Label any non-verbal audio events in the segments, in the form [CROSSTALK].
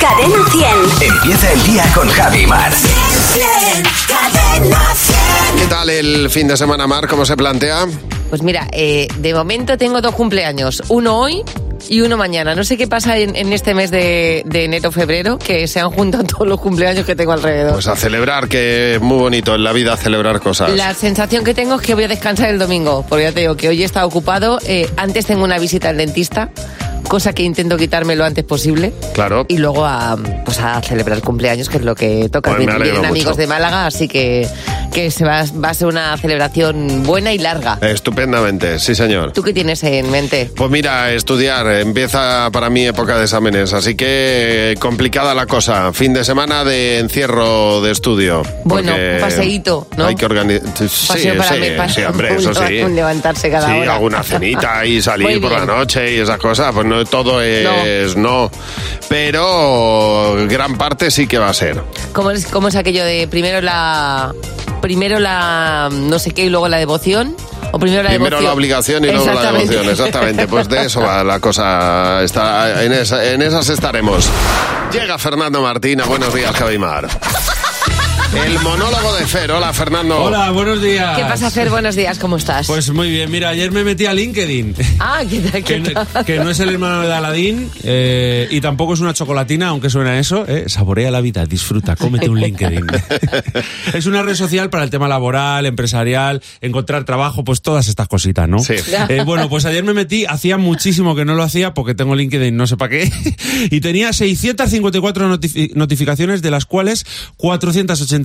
Cadena 100. Empieza el día con Javi Mar. Cadena 100. ¿Qué tal el fin de semana, Mar? ¿Cómo se plantea? Pues mira, eh, de momento tengo dos cumpleaños, uno hoy y uno mañana. No sé qué pasa en, en este mes de, de enero-febrero, que se han juntado [LAUGHS] todos los cumpleaños que tengo alrededor. Pues ah, a celebrar, que es muy bonito en la vida celebrar cosas. La sensación que tengo es que voy a descansar el domingo, porque ya te digo que hoy está ocupado. eh, antes tengo una visita al dentista, cosa que intento quitarme lo antes posible. Claro. Y luego a, pues a celebrar cumpleaños, que es lo que toca. Pues me Vienen- alegro vienen amigos mucho. de Málaga, así que, que se va, va a ser una celebración buena y larga. Eh. Estupendamente, sí, señor. ¿Tú qué tienes en mente? Pues mira, estudiar, empieza para mí época de exámenes, así que eh, complicada la cosa. Fin de semana de encierro de estudio. Bueno, porque un paseíto, ¿no? Hay que organizar. Sí, Paseo para sí, mí, paseo sí, hombre, [LAUGHS] un- eso sí. un levantarse cada sí, hora. alguna cenita [LAUGHS] y Muy salir por la bien. noche y esas cosas. Pues no todo es no. Pero gran parte sí que va a ser. ¿Cómo es, cómo es aquello de primero la primero la no sé qué y luego la devoción? ¿O primero la Primero devoción? la obligación y luego la Exactamente. devoción, exactamente. Pues de eso va la cosa. Está, en, esa- en esas estaremos. Llega Fernando Martín. A Buenos días, Javimar. El monólogo de Fer. Hola, Fernando. Hola, buenos días. [LAUGHS] ¿Qué pasa, Fer? Buenos días, ¿cómo estás? Pues muy bien, mira, ayer me metí a LinkedIn. [LAUGHS] ah, ¿qué tal? Que, ¿Qué tal? no- que no es el hermano de Aladín eh, y tampoco es una chocolatina, aunque suena eso. eh, saborea la vida, disfruta, cómete un LinkedIn. [LAUGHS] es una red social para el tema laboral, empresarial, encontrar trabajo, pues todas estas cositas, ¿no? Sí. Eh, bueno, pues ayer me metí, hacía muchísimo que no lo hacía porque tengo LinkedIn, no sé para qué, [LAUGHS] y tenía 654 notifi- notificaciones, de las cuales 487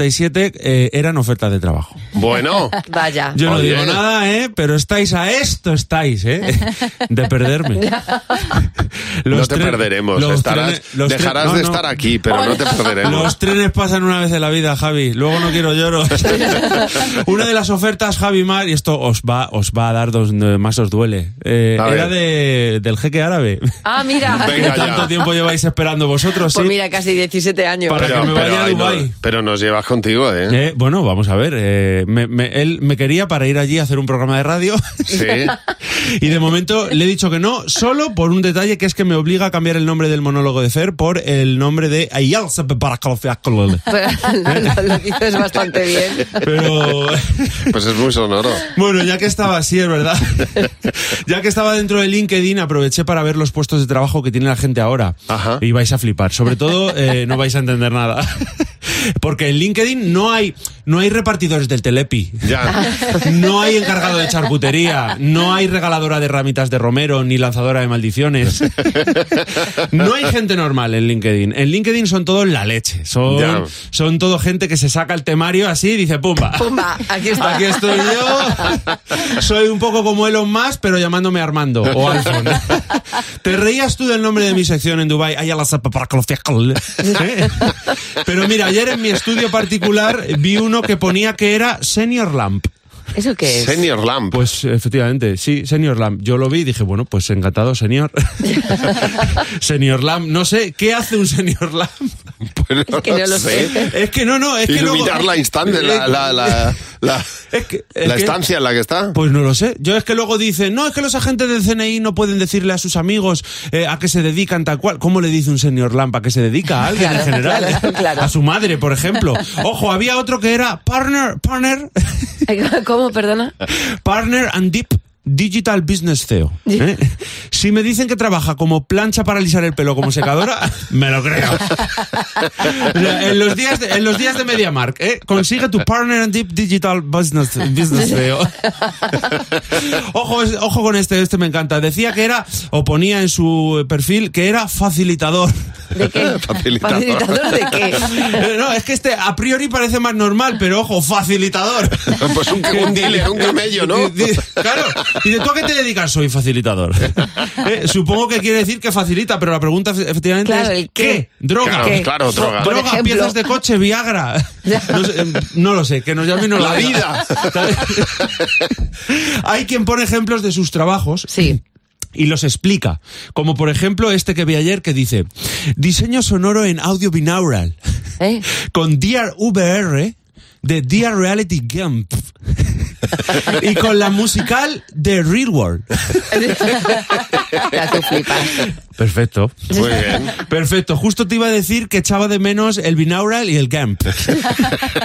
eh, eran ofertas de trabajo. Bueno, Vaya. Yo no Oye. digo nada, ¿eh? Pero estáis a esto, estáis, [LAUGHS] ¿eh? De perderme. [LAUGHS] no te tre- perderemos. los Estarás, trenes- los tre- dejarás no, de no. estar aquí, ¿eh? pero no te perderemos. [LAUGHS] Los trenes pasan una vez en la vida, Javi. Luego no quiero lloros. [LAUGHS] una de las ofertas, Javi Mar, y esto os va, os va a dar donde más os duele. Eh, A ver. era de, del jeque árabe. Ah, mira. [LAUGHS] Venga, ¿Qué tanto ya. tiempo lleváis esperando vosotros? [LAUGHS] Pues sí? mira, casi 17 años. Para que me vaya a ay, no, Dubái. pero nos llevas contigo, ¿eh? Eh, bueno, vamos a ver. eh, me- me- él me quería para ir allí a hacer un programa de radio. Sí. [LAUGHS] Y de momento le he dicho que no, solo por un detalle que es que me obliga a cambiar el nombre del monólogo de Fer por el nombre de Ayal Sapeparakalofeakolole. Pero [LAUGHS] lo, lo dices bastante bien. Pero [LAUGHS] Pues es muy sonoro. bueno, ya que estaba así, es verdad. [LAUGHS] Ya que estaba dentro de LinkedIn, aproveché para ver los puestos de trabajo que tiene la gente ahora. Ajá. Y vais a flipar. Sobre todo, eh, no vais a entender nada. [LAUGHS] Porque en LinkedIn no hay, no hay repartidores del Telepi. Ya. No hay encargado de charcutería, no hay regaladora de ramitas de romero ni lanzadora de maldiciones. No hay gente normal en LinkedIn. En LinkedIn son todos la leche. Ya. Son, son todo gente que se saca el temario así y dice, pumba. Pumba, aquí está. Aquí estoy yo. Soy un poco como Elon Musk, pero llamándome Armando o Alfon. ¿Te reías tú del nombre de mi sección en Dubai? Ay, a la zapa para que lo fiacol. ¿Eh? Pero mira, ayer en mi estudio particular vi uno que ponía que era Senior Lamp. [LAUGHS] ¿Eso qué es? Senior Lamp. Pues efectivamente, sí, señor Lam. Yo lo vi y dije, bueno, pues encantado, [LAUGHS] señor. señor Lam, no sé, ¿qué hace un señor Lam? Pues no que no lo sé. Es que no, no, es que luego- Iluminar la instante, la, la, la, la- Es que- es la que- estancia en la que está. Pues no lo sé. Yo es que luego dice, no, es que los agentes del CNI no pueden decirle a sus amigos eh, a qué se dedican tal cual. ¿Cómo le dice un señor Lamp a qué se dedica a alguien en general? claro, claro. A su madre, por ejemplo. Ojo, había otro que era partner, partner, ¿Cómo, perdona? partner and deep. Digital Business CEO. ¿eh? Si me dicen que trabaja como plancha para alisar el pelo como secadora, [LAUGHS] me lo creo. O sea, en, los días de, en los días de MediaMark, ¿eh? consigue tu Partner and Deep Digital Business, business CEO. ojo, es- ojo con este, este me encanta. Decía que era, o ponía en su perfil, que era facilitador. ¿De qué? [LAUGHS] Eh, Facilitador. ¿Facilitador de qué? Eh, [LAUGHS] No, es que este a priori parece más normal, pero ojo, facilitador. [LAUGHS] Pues un, [LAUGHS] un dealer, un camello, ¿no? Di- di- Claro. Y de tú a qué te dedicas, soy facilitador. [LAUGHS] Eh, supongo que quiere decir que facilita, pero la pregunta efe- efectivamente Claro, es el ¿qué? qué. ¿Droga? Claro, ¿Qué? claro, droga. Por ¿Droga, ejemplo. piezas de coche, Viagra? No, sé, eh, no lo sé, que nos llamen o La vida. [LAUGHS] Hay quien pone ejemplos de sus trabajos Sí. y los explica. Como por ejemplo este que vi ayer que dice, diseño sonoro en audio binaural ¿Eh? con DRVR de DR Reality Gump y con la musical de Real World. Ya tú flipas. Perfecto. Muy bien. Perfecto. Justo te iba a decir que echaba de menos el binaural y el camp.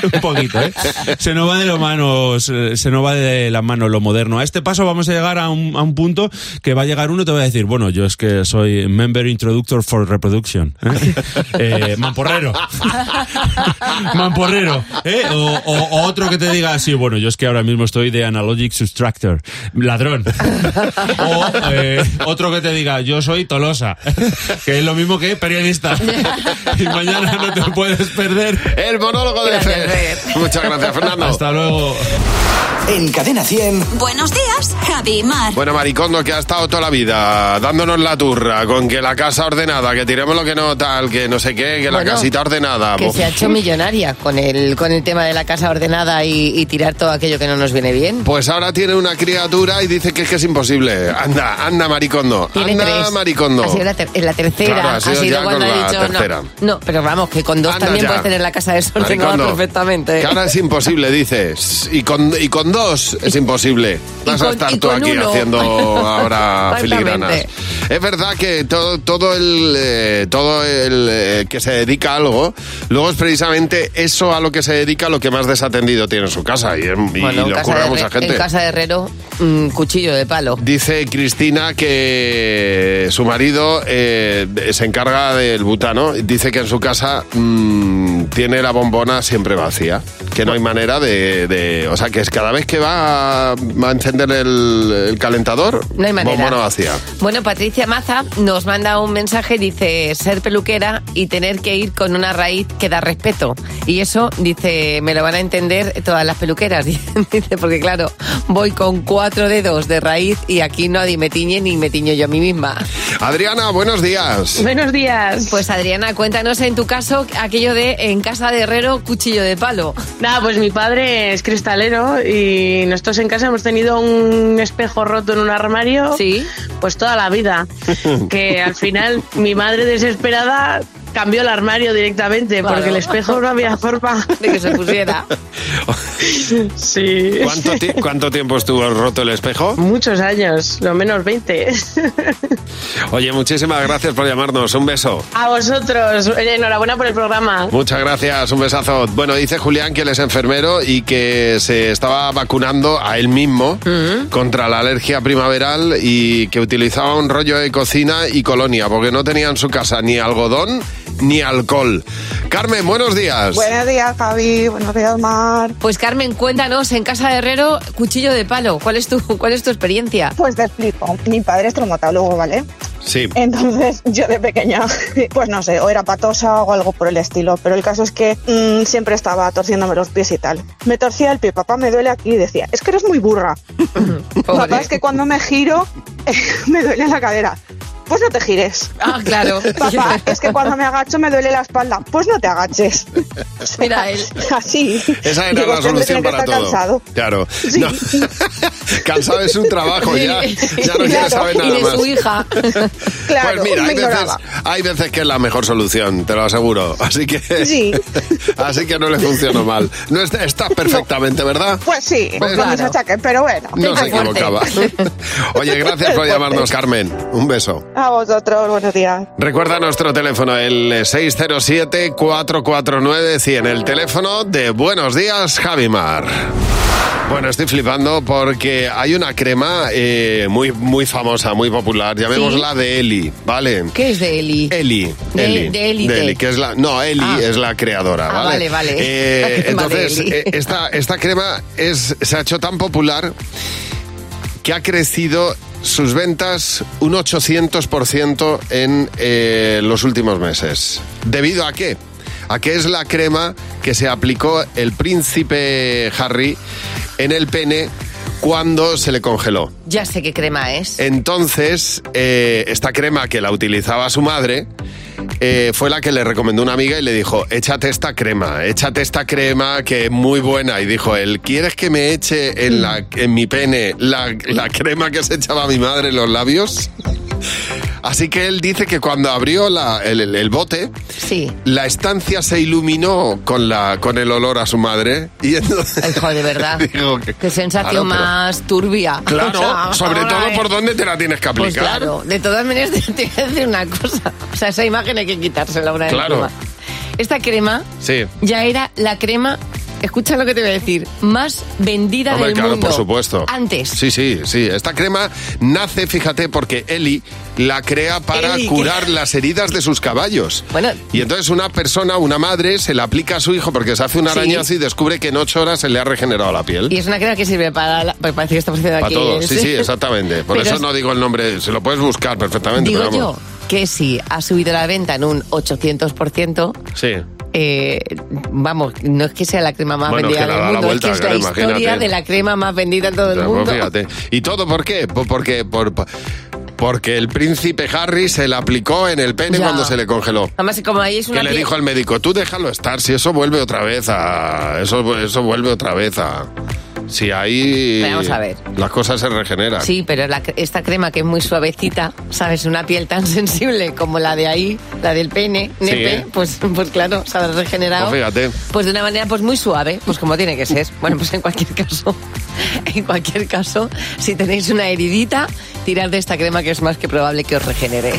Un poquito, ¿eh? Se nos va de las manos, eh, se nos va de las manos lo moderno. A este paso vamos a llegar a un, a un punto que va a llegar uno y te va a decir, bueno, yo es que soy member introductor for reproduction. ¿eh? Eh, mamporrero. mamporrero. ¿eh? O, o- o otro que te diga, sí, bueno, yo es que ahora mismo estoy de analogic subtractor. Ladrón. O eh, otro que te diga, yo soy Tolosa, que es lo mismo que periodista. Y mañana no te puedes perder. El monólogo de Gracias, Fer. Muchas gracias, Fernando. Hasta luego. En Cadena 100. Buenos días, Javi y Mar. Bueno, Maricondo, que ha estado toda la vida dándonos la turra con que la casa ordenada, que tiremos lo que no tal, que no sé qué, que la Bueno, casita ordenada. Pues, Que Bo- se ha hecho millonaria con el, con el tema de la casa ordenada y, y tirar todo aquello que no nos viene bien. Pues ahora tiene una criatura y dice que es que es imposible. Anda, anda, Maricondo. Tiene anda, tres. Maricondo. Ha sido la, ter- en la tercera. Claro, ha ha sido sido, ya cuando con ha la dicho. tercera. No, no, pero vamos, que con dos Anda también ya. puedes tener la casa desordenada Maricondo. perfectamente. ¿eh? Que ahora es imposible, dices. Y con, y con dos es imposible. Y Vas a con- estar y tú con aquí uno. haciendo [LAUGHS] ahora filigranas. Exactamente. Es verdad que todo, todo el eh, todo el eh, que se dedica a algo, luego es precisamente eso a lo que se dedica lo que más desatendido tiene en su casa. Y, es- y en le casa ocurre a de mucha herre- en gente. casa de herrero, mm, cuchillo de palo. Dice Cristina que su marido eh, se encarga del butano. Dice que en su casa mm, tiene la bombona siempre vacía. Que no hay manera de, de- O sea, que es cada vez que va a, va a encender el, el calentador, No hay manera. bombona vacía. Bueno, Patricia Maza nos manda un mensaje, dice ser peluquera y tener que ir con una raíz que da respeto. Y eso, dice, me lo van a entender todas las peluqueras. [LAUGHS] Dice, porque claro, voy con cuatro dedos de raíz y aquí nadie me tiñe ni me tiño yo a mí misma. Adriana, buenos [LAUGHS] días. Buenos días. Pues Pues Adriana, cuéntanos en tu caso aquello de en casa de herrero, cuchillo de [LAUGHS] palo. nada, pues mi padre es cristalero y nosotros en casa hemos tenido un espejo roto en un armario. Sí. Pues toda la [LAUGHS] vida. que al final mi madre desesperada cambió el armario directamente Claro. porque el espejo no había [LAUGHS] forma. De que se pusiera. sí. ¿Cuánto, ti- cuánto tiempo estuvo roto el espejo? Muchos años, lo menos [LAUGHS] 20. Oye, muchísimas gracias por llamarnos. Un beso. A vosotros, oye, enhorabuena por el programa. Muchas gracias, un besazo. Bueno, dice Julián que él es enfermero y que se estaba vacunando a él mismo contra la alergia primaveral y que utilizaba un rollo de cocina y colonia, porque no tenía en su casa ni algodón ni alcohol. Carmen, buenos días. Buenos días, Javi. Buenos días, Mar. Pues Carmen, cuéntanos en casa de herrero, cuchillo de palo. ¿Cuál es tu, cuál es tu experiencia? Pues te explico. Mi padre es traumatólogo, ¿vale? Sí. Eh, Entonces, [LAUGHS] yo de pequeña, pues no sé, o era patosa o algo por el estilo. Pero el caso es que mm, siempre estaba torciéndome los pies y tal. Me torcía el pie, papá, me duele aquí. Y decía, es que eres [LAUGHS] muy burra. Pobre. Papá, es que cuando me giro, [LAUGHS] me duele la cadera. Pues no te gires. Ah, [LAUGHS] claro. [LAUGHS] Papá, es que cuando me agacho me duele la espalda. Pues no te agaches. [LAUGHS] Mira él. Así. Esa era Digo, la siempre solución tiene que para estar todo. cansado. Claro. Sí. No. [LAUGHS] cansado es un trabajo, Pues ya, ya no quiere Claro. saber nada y de más. su hija. Claro, pues mira, me hay veces, ignoraba. hay veces que es la mejor solución, te lo aseguro. [LAUGHS] Así que, Sí. así que no le funcionó mal. No está- estás perfectamente, ¿verdad? Pues sí, Pues con mis claro. achaques, pero bueno. No se Qué [LAUGHS] fuerte. equivocaba. Oye, gracias por llamarnos, Carmen. Un beso. A vosotros, buenos días. Recuerda nuestro teléfono, el 607-449-100, el teléfono de Buenos Días, Javimar. Bueno, estoy flipando porque hay una crema eh, muy, muy famosa, muy popular, llamémosla de Eli, ¿vale? [LAUGHS] ¿Qué es de Eli? Eli. De- Eli. de élite. Eli, que es la, no, Eli Ah. es la creadora, Ah, ¿vale? vale, [LAUGHS] vale. Eh, La crema de entonces, Eli. eh, esta, esta crema es, se ha hecho tan popular que ha crecido sus ventas un 800% en eh, los últimos meses. ¿Debido a qué? A que es la crema que se aplicó el príncipe Harry en el pene cuando se le congeló. Ya sé qué crema eh, es. Entonces, eh, esta crema que la utilizaba su madre eh, fue la que le recomendó una amiga y le dijo, échate esta crema, échate esta crema que es muy buena. Y dijo él, ¿quieres que me eche en, la, en mi pene la, la crema que se echaba mi madre en los labios? Así que él dice que cuando abrió la- el, el- el bote, Sí. la estancia se iluminó con, la, con el olor a su madre. Y entonces. Hijo, de verdad. [LAUGHS] digo que- Qué sensación Claro, pero- más turbia. [LAUGHS] O sea, Claro, sobre vamos a todo ver. por dónde te la tienes que Pues aplicar. claro, de todas maneras [LAUGHS] te, te voy a decir una cosa. O sea, esa imagen hay que quitársela una vez Claro. más. Esta crema Sí. ya era la crema, escucha lo que te voy a decir, más vendida Hombre, del claro, mundo. por supuesto. Antes. Sí, sí, sí. Esta crema nace, fíjate, porque Eli la crea para Eli, ¿qué? curar las heridas de sus caballos. Bueno. Y entonces una persona, una madre, se la aplica a su hijo porque se hace un Sí. arañazo y descubre que en ocho horas se le ha regenerado la piel. Y es una crema que sirve para... La, pues parece que estamos haciendo Para aquí... todos. Sí, [LAUGHS] sí, exactamente. Por Pero eso es- no digo el nombre. Se lo puedes buscar perfectamente. Digo pero yo vamos. que si ha subido la venta en un 800%, Sí. eh, vamos, no es que sea la crema más Bueno, es vendida que le del da la mundo, vuelta, es que es claro, la historia imagínate. de la crema más vendida en todo el Pues mundo. fíjate. ¿Y todo por qué? Po- Porque, por- porque el príncipe Harry se la aplicó en el pene Ya. cuando se le congeló. Además, y como ahí es una que le piel- dijo al médico, tú déjalo estar, si eso vuelve otra vez a... Eso, eso vuelve otra vez a... Si ahí... Pero vamos a ver. Las cosas se regeneran. Sí, pero la- esta crema que es muy suavecita, ¿sabes? Una piel tan [LAUGHS] sensible como la de ahí, la del pene, nepe, ¿eh? pues, pues claro, se ha regenerado. Pues fíjate. Pues de una manera pues muy suave, pues como tiene que ser. Bueno, pues en cualquier caso, [LAUGHS] en cualquier caso, si tenéis una heridita, tirad de esta crema que es más que probable que os regenere.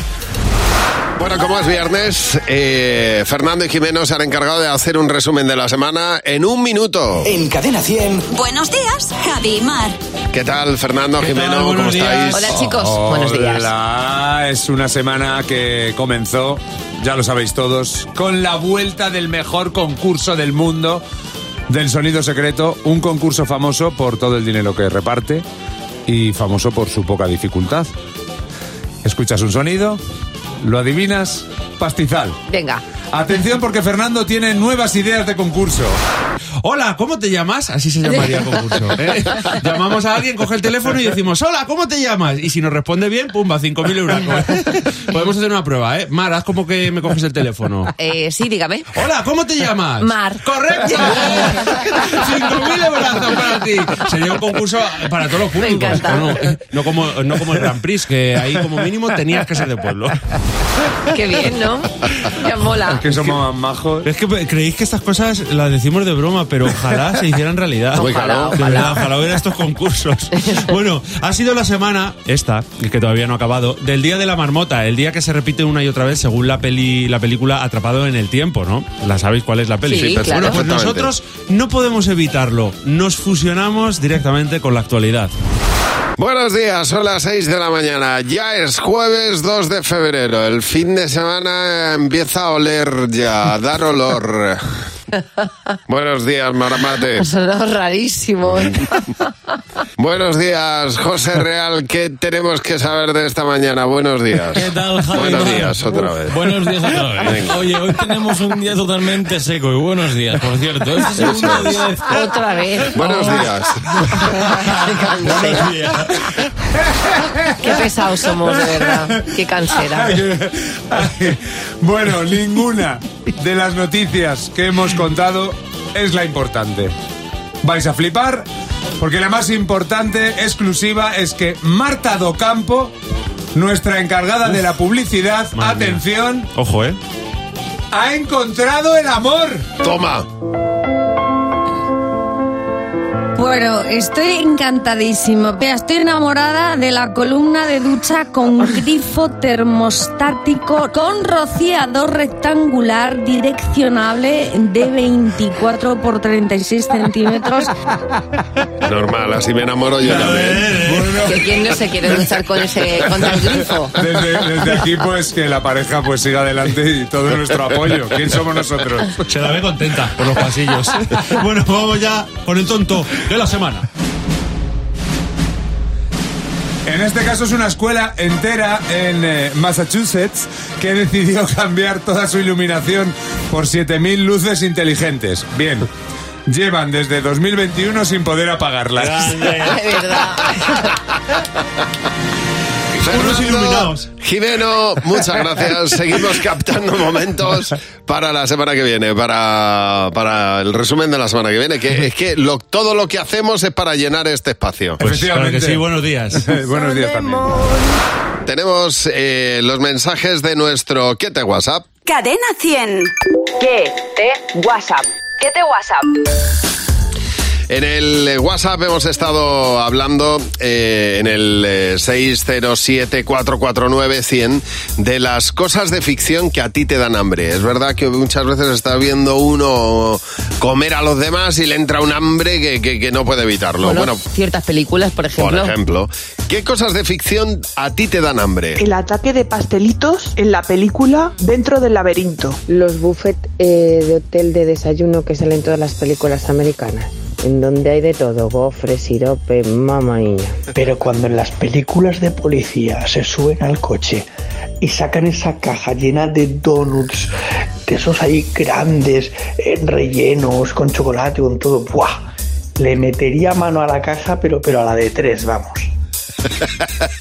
Bueno, como es viernes, eh, Fernando y Jimeno se han encargado de hacer un resumen de la semana en un minuto. Eh. En Cadena 100. Buenos días, Javi y Mar. ¿Qué tal, Fernando, ¿Qué tal? Jimeno? ¿Cómo Buenos días. estáis? Hola, chicos. Buenos días. Hola, Ah, es una semana que comenzó, ya lo sabéis todos, con la vuelta del mejor concurso del mundo del sonido secreto, un concurso famoso por todo el dinero que reparte y famoso por su poca dificultad. Escuchas un sonido, lo adivinas, pastizal. Venga. Atención porque Fernando tiene nuevas ideas de concurso. Hola, ¿cómo te llamas? Así se llamaría el concurso. ¿eh? Llamamos a alguien, coge el teléfono y decimos, hola, ¿cómo te llamas? Y si nos responde bien, pumba, 5.000 euros. [LAUGHS] Podemos hacer una prueba, ¿eh? Mar, haz como que me coges el teléfono. Eh, sí, dígame. Hola, ¿cómo te llamas? Mar. [LAUGHS] ¡Correcto! 5.000 euros para ti. Sería un concurso para todos los Me públicos. encanta. No, no como, no como el Grand Prix, que ahí como mínimo tenías que ser de pueblo. Qué bien, ¿no? Ya mola. somos majos. Es que creéis que estas cosas las decimos de broma, pero ojalá se hicieran realidad. Muy Ojalá, caro. De verdad, ojalá hubiera estos concursos. Bueno, ha sido la semana, esta, que todavía no ha acabado, del Día de la Marmota, el día que se repite una y otra vez según la peli, la película Atrapado en el Tiempo, ¿no? La sabéis cuál es la peli. Sí, Sí, claro. Bueno, pues perfectamente. nosotros no podemos evitarlo. Nos fusionamos directamente con la actualidad. Buenos días, son las 6 de la mañana. Ya es jueves 2 de febrero. El fin de semana empieza a oler ya, a dar olor. Buenos días, Maramate. Ha sonado rarísimo. ¿eh? Buenos días, José Real. ¿Qué tenemos que saber de esta mañana? Buenos días. ¿Qué tal, Javi? Buenos Mar? días, otra vez. Buenos días otra vez. Venga. Oye, hoy tenemos un día totalmente seco y buenos días, por cierto. Este segundo día de... Otra vez. Buenos días. Buenos días. Qué pesados somos, de verdad. Qué cansera. Bueno, ninguna de las noticias que hemos contado es la importante. Vais a flipar porque la más importante, exclusiva, es que Marta Docampo, nuestra encargada de la publicidad, madre mía. atención, Ojo, ¿eh? ha encontrado el amor. Toma. Bueno, estoy encantadísimo. Mira, Estoy enamorada de la columna de ducha [LAUGHS] con grifo termostático, con rociador rectangular direccionable de 24 por 36 [LAUGHS] centímetros. Normal, así me enamoro yo también. eh. Que quién no se quiere luchar con ese contra el grifo. Desde, [LAUGHS] desde aquí, pues que la pareja pues siga adelante y todo nuestro apoyo. ¿Quién somos nosotros? Se la ve contenta por los pasillos. [LAUGHS] Bueno, pues vamos ya con el tonto de la semana. En este caso es una escuela entera en eh, Massachusetts que decidió [LAUGHS] cambiar toda su iluminación por 7.000 luces inteligentes. Bien, llevan desde 2021 sin poder apagarlas. De verdad. Fernando, Unos iluminados. Jimeno, muchas [LAUGHS] gracias. Seguimos captando momentos para la semana que viene, para, para el resumen de la semana que viene, que es que lo- todo lo que hacemos es para llenar este espacio. Pues claro que sí, buenos días. [LAUGHS] Buenos días también. Tenemos eh, los mensajes de nuestro ¿Qué te WhatsApp? Cadena 100. ¿Qué te WhatsApp? ¿Qué te WhatsApp? En el eh, WhatsApp hemos estado hablando eh, en el eh, 607-449-100 de las cosas de ficción que a ti te dan hambre. Es verdad que muchas veces está viendo uno comer a los demás y le entra un hambre que, que- que no puede evitarlo. Bueno, Bueno, ciertas películas, por por ejemplo. ejemplo, ¿qué cosas de ficción a ti te dan hambre? El ataque de pastelitos en la película Dentro del laberinto. Los buffets de hotel de desayuno que salen todas las películas americanas, en donde hay de todo, gofres, sirope, mamá mía. Pero cuando en las películas de policía se suben al coche y sacan esa caja llena de donuts, de esos ahí grandes, eh, rellenos, con chocolate, con todo, ¡buah! Le metería mano a la caja, pero, pero a la de tres, vamos.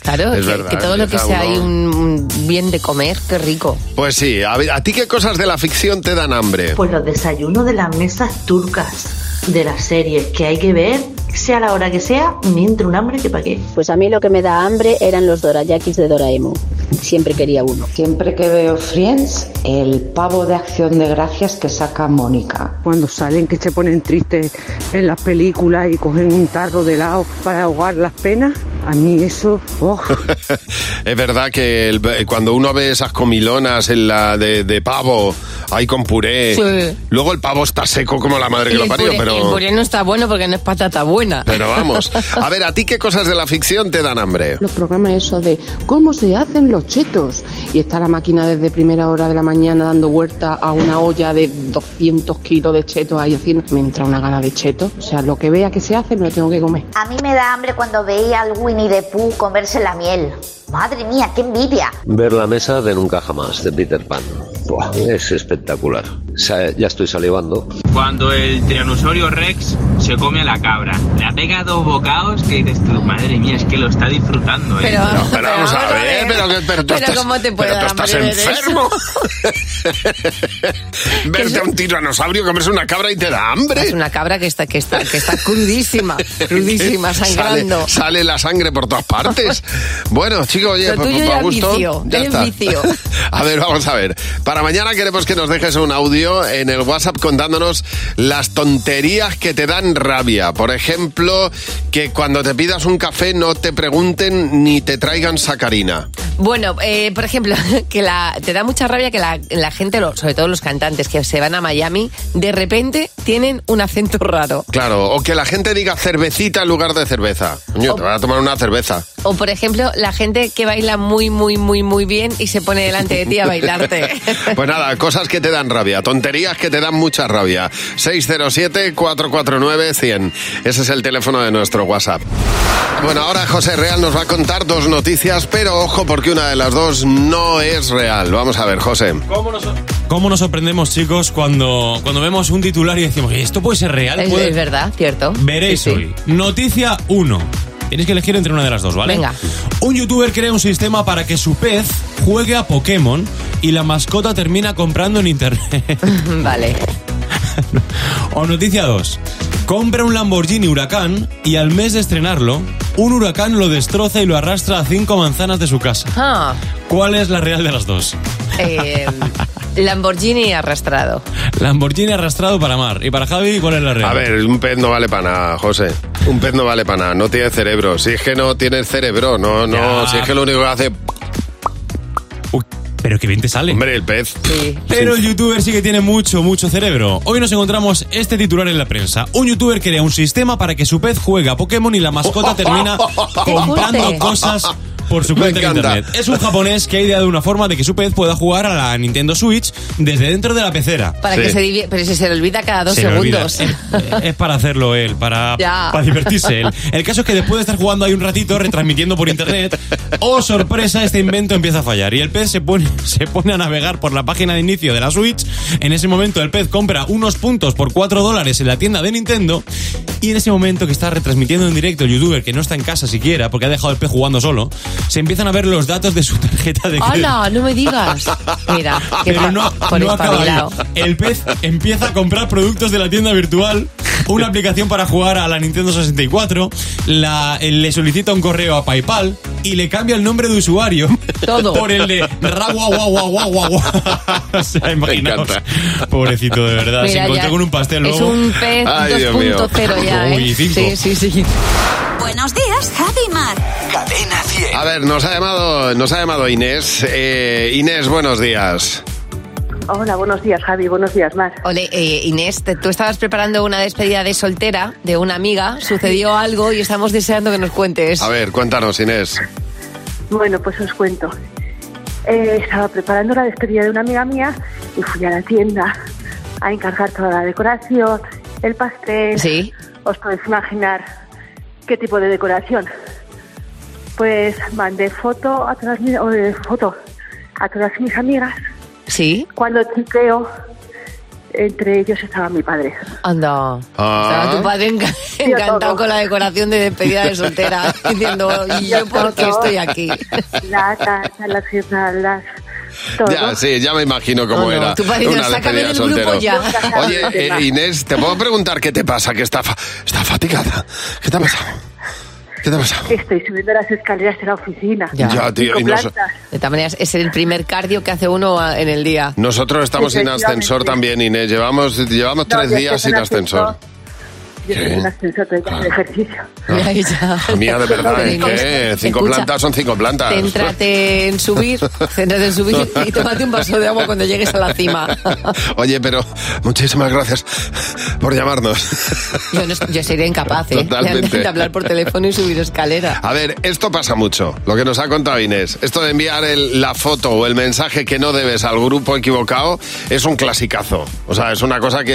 Claro, Es que, verdad, que todo lo que empieza sea uno- hay un un bien de comer, qué rico. Pues sí, a, ver, ¿a ti qué cosas de la ficción te dan hambre? Pues los desayunos de las mesas turcas, de las series que hay que ver, sea la hora que sea, me entra un hambre que pa' qué. Pues a mí lo que me da hambre eran los dorayakis de Doraemon. Siempre quería uno. Siempre que veo Friends, el pavo de acción de gracias que saca Mónica. Cuando salen que se ponen tristes en las películas y cogen un tarro de helado para ahogar las penas, a mí eso, oh, [LAUGHS] Es verdad que el- cuando uno ve esas comilonas en la de, de pavo, ahí con puré, Sí. luego el pavo está seco como la madre que Y lo el parió, puré- el pero, puré no está bueno porque no es patata buena. pero vamos. A ver, ¿a ti qué cosas de la ficción te dan hambre? Los programas esos de cómo se hacen los chetos y está la máquina desde primera hora de la mañana dando vuelta a una olla de 200 kilos de chetos ahí haciendo. Me entra una gana de chetos, o sea, lo que vea que se hace me lo tengo que comer. A mí me da hambre cuando veía al Winnie the Pooh comerse la miel. Madre mía, qué envidia. Ver la mesa de Nunca Jamás, de Peter Pan. Buah, es espectacular. Sa- Ya estoy salivando. Cuando el tiranosaurio Rex se come a la cabra, la pega dos bocados que dices tú, madre mía, es que lo está disfrutando, ¿eh? [LAUGHS] Pero- Pero vamos a ver, pero, que- pero tú Pero estás, ¿cómo te puede pero tú dar estás hambre ver enfermo. [LAUGHS] [LAUGHS] Verte a un tiranosaurio comerse una cabra y te da hambre. Es una cabra que está, que está, que está [LAUGHS] crudísima, crudísima, Sale- sangrando. Sale, la sangre por todas [LAUGHS] partes. Bueno, chicos, oye, Lo pues, tuyo pues, ya es gusto. vicio, ya es está. vicio. [LAUGHS] A ver, vamos a ver. Para mañana queremos que nos dejes un audio en el WhatsApp contándonos las tonterías que te dan rabia. Por ejemplo, que cuando te pidas un café no te pregunten ni te traigan sacarina. Bueno, eh, por ejemplo, [LAUGHS] que la, te da mucha rabia que la, la gente, lo- sobre todo los cantantes que se van a Miami, de repente tienen un acento raro. Claro, o que la gente diga cervecita en lugar de cerveza. Coño, te van a tomar una cerveza. O por ejemplo, la gente que baila muy, muy, muy, muy bien y se pone delante de ti [LAUGHS] a bailarte. [LAUGHS] Pues nada, cosas que te dan rabia, tonterías que te dan mucha rabia. 607-449-100. Ese es el teléfono de nuestro WhatsApp. Bueno, ahora José Real nos va a contar dos noticias, pero ojo porque una de las dos no es real. Vamos a ver, José. ¿Cómo nos sorprendemos, chicos, cuando, cuando vemos un titular y decimos, "Oye, esto puede ser real? [LAUGHS] es, puede-". es verdad, cierto. Veréis Sí, sí. hoy. Noticia 1. Tienes que elegir entre una de las dos, ¿vale? Venga. Un youtuber crea un sistema para que su pez juegue a Pokémon y la mascota termina comprando en internet. [LAUGHS] [LAUGHS] vale. O noticia 2. Compra un Lamborghini Huracán y al mes de estrenarlo, un huracán lo destroza y lo arrastra a cinco manzanas de su casa. Ah, ¿Cuál es la real de las dos? eh, Lamborghini arrastrado. Lamborghini arrastrado para mar. ¿Y para Javi cuál es la real? A ver, un pez no vale para nada, José. Un pez no vale para nada, no tiene cerebro. Si es que no tiene cerebro, no, no, Ya. si es que lo único que hace... pero que bien te sale. Hombre, el pez. Pero el youtuber sí que tiene mucho, mucho cerebro. Hoy nos encontramos este titular en la prensa. Un youtuber crea un sistema para que su pez juega a Pokémon y la mascota termina Qué fuerte. comprando cosas por su Me cuenta en encanta. internet. Es un japonés que ha ideado una forma de que su pez pueda jugar a la Nintendo Switch desde dentro de la pecera. Para que se divie- Pero si se le olvida cada dos Se le olvida. Eh, segundos. [LAUGHS] Es- Es para hacerlo él, para, [LAUGHS] Ya. para divertirse él. El caso es que después de estar jugando ahí un ratito, retransmitiendo por internet, oh sorpresa, este invento empieza a fallar. Y el pez se pone, [LAUGHS] se pone a navegar por la página de inicio de la Switch. En ese momento el pez compra unos puntos por 4 dólares en la tienda de Nintendo. Y en ese momento que está retransmitiendo en directo el youtuber, que no está en casa siquiera, porque ha dejado el pez jugando solo, se empiezan a ver los datos de su tarjeta de crédito. ¡Hala! No me digas. Mira, [LAUGHS] qué Pero pa- no, por este no acaba ahí. espabilado. El pez empieza a comprar productos de la tienda virtual, una aplicación para jugar a la Nintendo 64, la- eh, le solicita un correo a PayPal y le cambia el nombre de usuario Todo. por el de [LAUGHS] raguaguaguaguaguagua. o sea, imaginaos. Pobrecito, de verdad. se Mira, encontró ya con un pastel Es luego. un pez Ay, Dios mío. 2.0 ya, ¿eh? Uy, cinco. Sí, sí, sí. Buenos días, Javi y Mar. Cadena 100. A ver, nos ha llamado, nos ha llamado Inés. Eh, Inés, buenos días. Hola, buenos días, Javi. Buenos días, Mar. Ole, eh, Inés, te- tú estabas preparando una despedida de soltera de una amiga. Sucedió algo y estamos deseando que nos cuentes. A ver, cuéntanos, Inés. Bueno, pues os cuento. Eh, estaba preparando la despedida de una amiga mía y fui a la tienda a encargar toda la decoración, el pastel. Sí. Os podéis imaginar qué tipo de decoración. Pues mandé foto a todas mis, o, eh, foto a todas mis amigas. Sí. Cuando chequeo, entre ellos estaba mi padre. Anda. Ah. Estaba tu padre enca- Yo encantado todo. con la decoración de despedida de soltera, diciendo, ¿y yo por qué estoy aquí? La [LAUGHS] taza, las guirnaldas, todo. Ya, sí, ya me imagino cómo Oh, No, no, era. tú pareces, Una "Sácame despedida del grupo soltero". ya. Oye, eh, Inés, ¿te puedo preguntar qué te pasa? Que está, fa- está fatigada. ¿Qué te ha pasado? ¿Qué te ha pasado? Estoy subiendo las escaleras de la oficina. Ya, Ah, tío, y Con nos- plantas. De todas maneras, es el primer cardio que hace uno a- en el día. nosotros estamos sin ascensor también, Inés. Llevamos, llevamos No, tres yo días estoy sin en ascensor. Yo estoy ¿Qué? en un ascensor, pero ya hago ejercicio. [LAUGHS] Ya, ya. Mía, Ah. de verdad, ¿eh? Inés, ¿Qué? Cinco escucha, plantas son cinco plantas. Céntrate en subir, céntrate en subir y tómate un vaso de agua cuando llegues a [LAUGHS] la cima. Oye, pero muchísimas gracias por llamarnos. Yo, no- yo sería incapaz, ¿eh? de- Totalmente. De hablar por teléfono y subir escalera. A ver, esto pasa mucho, lo que nos ha contado Inés. Esto de enviar el- la foto o el mensaje que no debes al grupo equivocado es un clasicazo. O sea, es una cosa que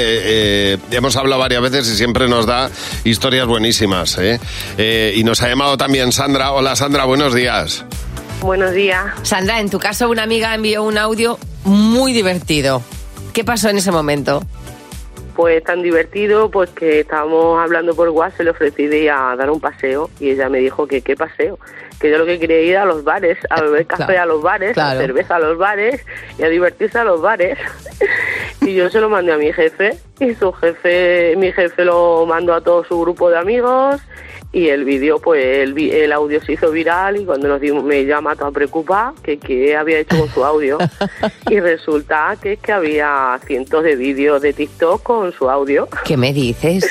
eh, hemos hablado varias veces y siempre nos da historias buenísimas. ¿eh? Eh, y nos ha llamado también Sandra. Hola Sandra, buenos días. Buenos días. Sandra, en tu caso una amiga envió un audio muy divertido. ¿Qué pasó en ese momento? Pues tan divertido, pues que estábamos hablando por WhatsApp, le ofrecí de ir a dar un paseo y ella me dijo que qué paseo, que yo lo que quería era ir a los bares, a beber café Claro, a los bares, claro. a cerveza a los bares y a divertirse a los bares. [LAUGHS] y yo se lo mandé a mi jefe y su jefe, mi jefe lo mandó a todo su grupo de amigos y el vídeo, pues el, vi- el audio se hizo viral y cuando nos dimos, me llama toda preocupada que qué había hecho con su audio. y resulta que es que había cientos de vídeos de TikTok con su audio. ¿Qué me dices?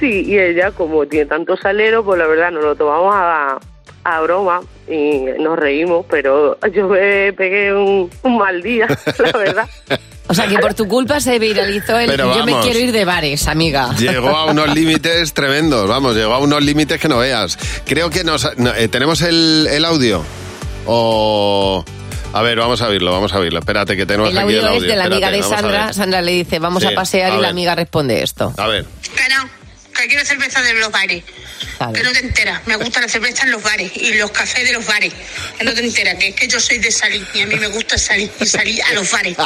Sí, y ella como tiene tanto salero, pues la verdad nos lo tomamos a, a broma y nos reímos, pero yo me pegué un, un mal día, [LAUGHS] la verdad. [LAUGHS] O sea, que por tu culpa se viralizó el Pero yo me vamos. quiero ir de bares, amiga. Llegó a unos límites tremendos, vamos, llegó a unos límites que no veas. Creo que nos... no, eh, ¿Tenemos el, el audio? O... A ver, vamos a oírlo, vamos a oírlo. Espérate, que tenemos El aquí audio, el audio. es de la amiga Espérate, de vamos a Sandra. ver. Sandra le dice, vamos Sí, a pasear a y ver. la amiga responde [LAUGHS] esto. A [LAUGHS] ver. Carao, que quiero cerveza de los bares. Claro. Que no te enteras, me gusta la cerveza en los bares y los cafés de los bares. Que no te enteras, que es que yo soy de salir y a mí me gusta salir y salir a los bares.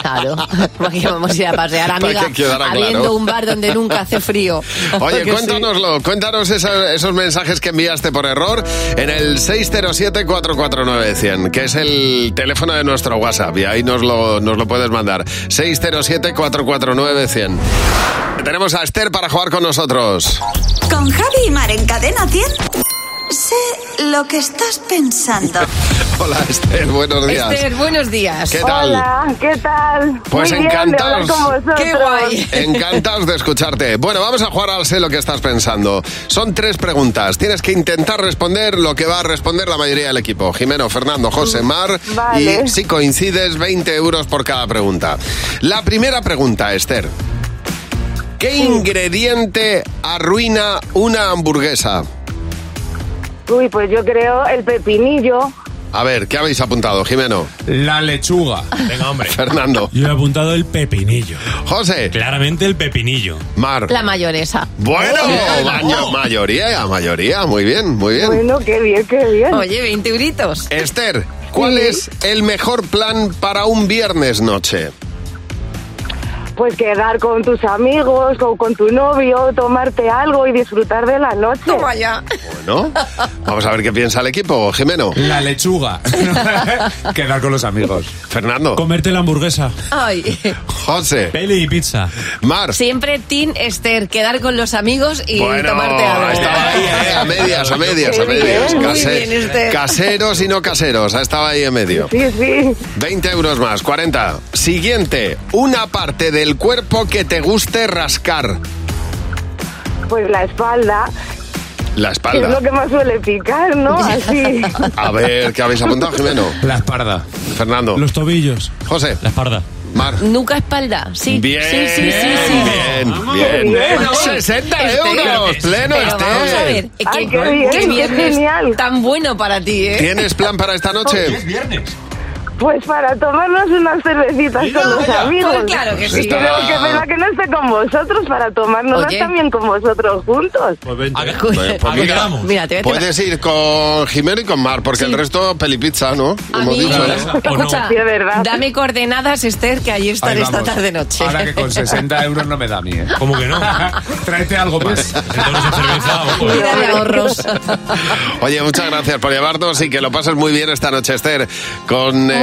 Claro, [LAUGHS] porque vamos a ir a pasear, [LAUGHS] Para amiga, que quedara claro. habiendo un bar donde nunca hace frío. [LAUGHS] Oye, Que sí. cuéntanoslo, cuéntanos esa- esos mensajes que enviaste por error en el 607-449-100, que es el teléfono de nuestro WhatsApp, y ahí nos lo, nos lo puedes mandar. 607-449-100. Tenemos a Esther para jugar con nosotros. Con Javi y Mar en Cadena 100. Sé lo que estás pensando. Hola Esther, buenos días. Esther, buenos días. ¿Qué tal? Hola, ¿qué tal? Pues Muy bien de hablar encantados. con vosotros. Qué guay. Encantados de escucharte. Bueno, vamos a jugar al sé lo que estás pensando. Son tres preguntas. Tienes que intentar responder lo que va a responder la mayoría del equipo. Jimeno, Fernando, José, Mar. Mm, Vale. Y si coincides, 20 euros por cada pregunta. La primera pregunta, Esther. ¿Qué ingrediente arruina una hamburguesa? Uy, pues yo creo el pepinillo. A ver, ¿qué habéis apuntado, Jimeno? La lechuga. Venga, hombre. [LAUGHS] Fernando. Yo he apuntado el pepinillo. José. Claramente el pepinillo. Mar. La mayonesa. Bueno, Oh. mayo- mayoría, mayoría. Muy bien, muy bien. Bueno, qué bien, qué bien. Oye, 20 euritos. Esther, ¿cuál es el mejor plan para un viernes noche? pues quedar con tus amigos o con tu novio, tomarte algo y disfrutar de la noche. Toma ya. ¿no? Vamos a ver qué piensa el equipo. Jimeno. La [LAUGHS] lechuga. Quedar con los amigos. Fernando. Comerte la hamburguesa. Ay. José. Peli y pizza. Mar. Siempre Team Esther, quedar con los amigos y Bueno, tomarte algo. estaba ahí, ¿eh? A medias, a medias, a medias. Muy bien, Case- muy bien, Esther. caseros y no caseros. Estaba ahí en medio. Sí, sí. 20 euros más, 40. Siguiente. Una parte del cuerpo que te guste rascar. Pues la espalda, La que es espalda. lo que más suele picar, [LAUGHS] ¿no? Así. A ver, ¿qué habéis apuntado, Jimeno? La espalda. Fernando. Los tobillos. José. La espalda. Mar. Nuca, espalda. Sí. Bien, sí, sí, sí, sí. bien, bien. Vamos. 60 Esther, euros, pleno este. pero Esther. Vamos a ver, eh, Ay, que- qué bien, qué qué viernes genial. tan bueno para ti, ¿eh? ¿Tienes plan para esta noche? Pues para tomarnos unas cervecitas Mira, con los mira. amigos. Pues claro que sí. Pero qué pena que no esté con vosotros para tomárnoslas Oye. también con vosotros juntos. Bueno, pues mira, Mira, te voy a- puedes ir con Jimeno y con Mar, porque el resto pelipizza, ¿no? A Hemos mí, dicho, ¿eh? ¿no? escucha, dame coordenadas, Esther, que allí estaré esta tarde noche. Ahora [LAUGHS] que con 60 euros no me da a mí, ¿eh? ¿Cómo que no? [LAUGHS] Tráete algo más. eh. Vida de ahorros. ¿eh? Oye, muchas gracias por llevarnos y que lo pases muy bien esta noche, Esther. Con, eh,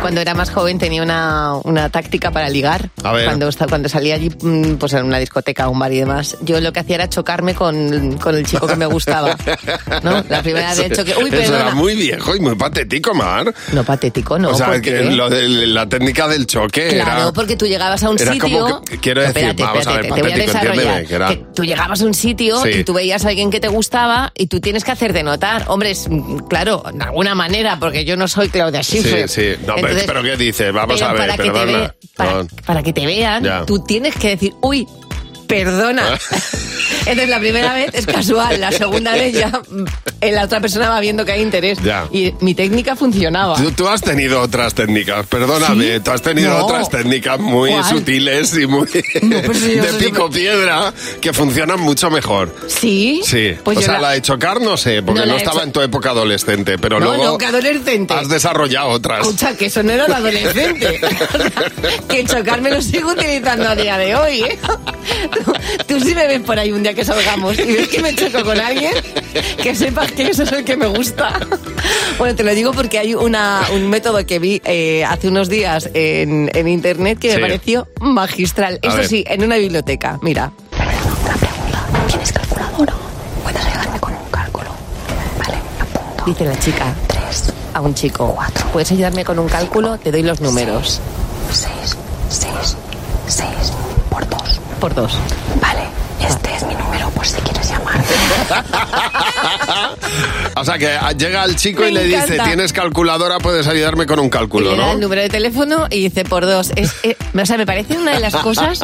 Cuando era más joven tenía una, una táctica para ligar. A ver. Cuando, esta- cuando salía allí, mm, pues en una discoteca, un bar y demás, yo lo que hacía era chocarme con, con el chico que me gustaba. ¿No? La [LAUGHS] primera Eso- vez choqué. Uy, eso perdona. era muy viejo y muy patético, Mar. No patético, no. O sea, ¿por que qué? lo de la técnica del choque Claro, era... porque tú llegabas a un era sitio. como que- quiero No, decir, vamos a ver, te- te voy a patético, desarrollar. entiéndeme, que era- tú llegabas a un sitio Sí. y tú veías a alguien que te gustaba y tú tienes que hacerte notar. Hombre, es, mm, claro, de alguna manera, porque yo no soy Claudia Sí, Schiffer. sí. No, pero- Entonces, pero, ¿qué dices? Vamos pero a ver, para que te perdona. ve- para- No. para que te vean, Ya. Ah. tú tienes que decir, uy, perdona. [LAUGHS] Entonces la primera vez es casual, la segunda vez ya mm, la otra persona va viendo que hay interés. Ya. Y mi técnica funcionaba. Tú, tú has tenido otras técnicas, perdóname, tú has tenido No. otras técnicas muy ¿Cuál? sutiles y muy [LAUGHS] de pico piedra que funcionan mucho mejor. Sí. Sí, Pues o yo sea, la- la... de chocar no sé, porque No, no, la de estaba cho- en tu época adolescente, pero no, luego no, que adolescente. has desarrollado otras. Escucha, que eso no era de adolescente. que chocarme lo sigo utilizando a día de hoy, ¿eh? [LAUGHS] Tú, tú sí me ves por ahí un día que salgamos y ves que me choco con alguien, que sepas que eso es el que me gusta. Bueno, te lo digo porque hay una, un método que vi eh, hace unos días en, en internet que Sí. me pareció magistral. A eso ver. sí, en una biblioteca, mira. ¿Tienes calculadora? Puedes ayudarme con un cálculo. Dice la chica. Tres. A un chico. Cuatro. ¿Puedes ayudarme con un cálculo? Te doy los números. Seis, seis, seis. Por dos. Por dos. Vale, este es mi número por si quieres llamar. [LAUGHS] O sea, que llega el chico Me y le dice, encanta. tienes calculadora, puedes ayudarme con un cálculo, Le da el ¿no? número de teléfono y dice por dos. Es, eh, o sea, me parece una de las cosas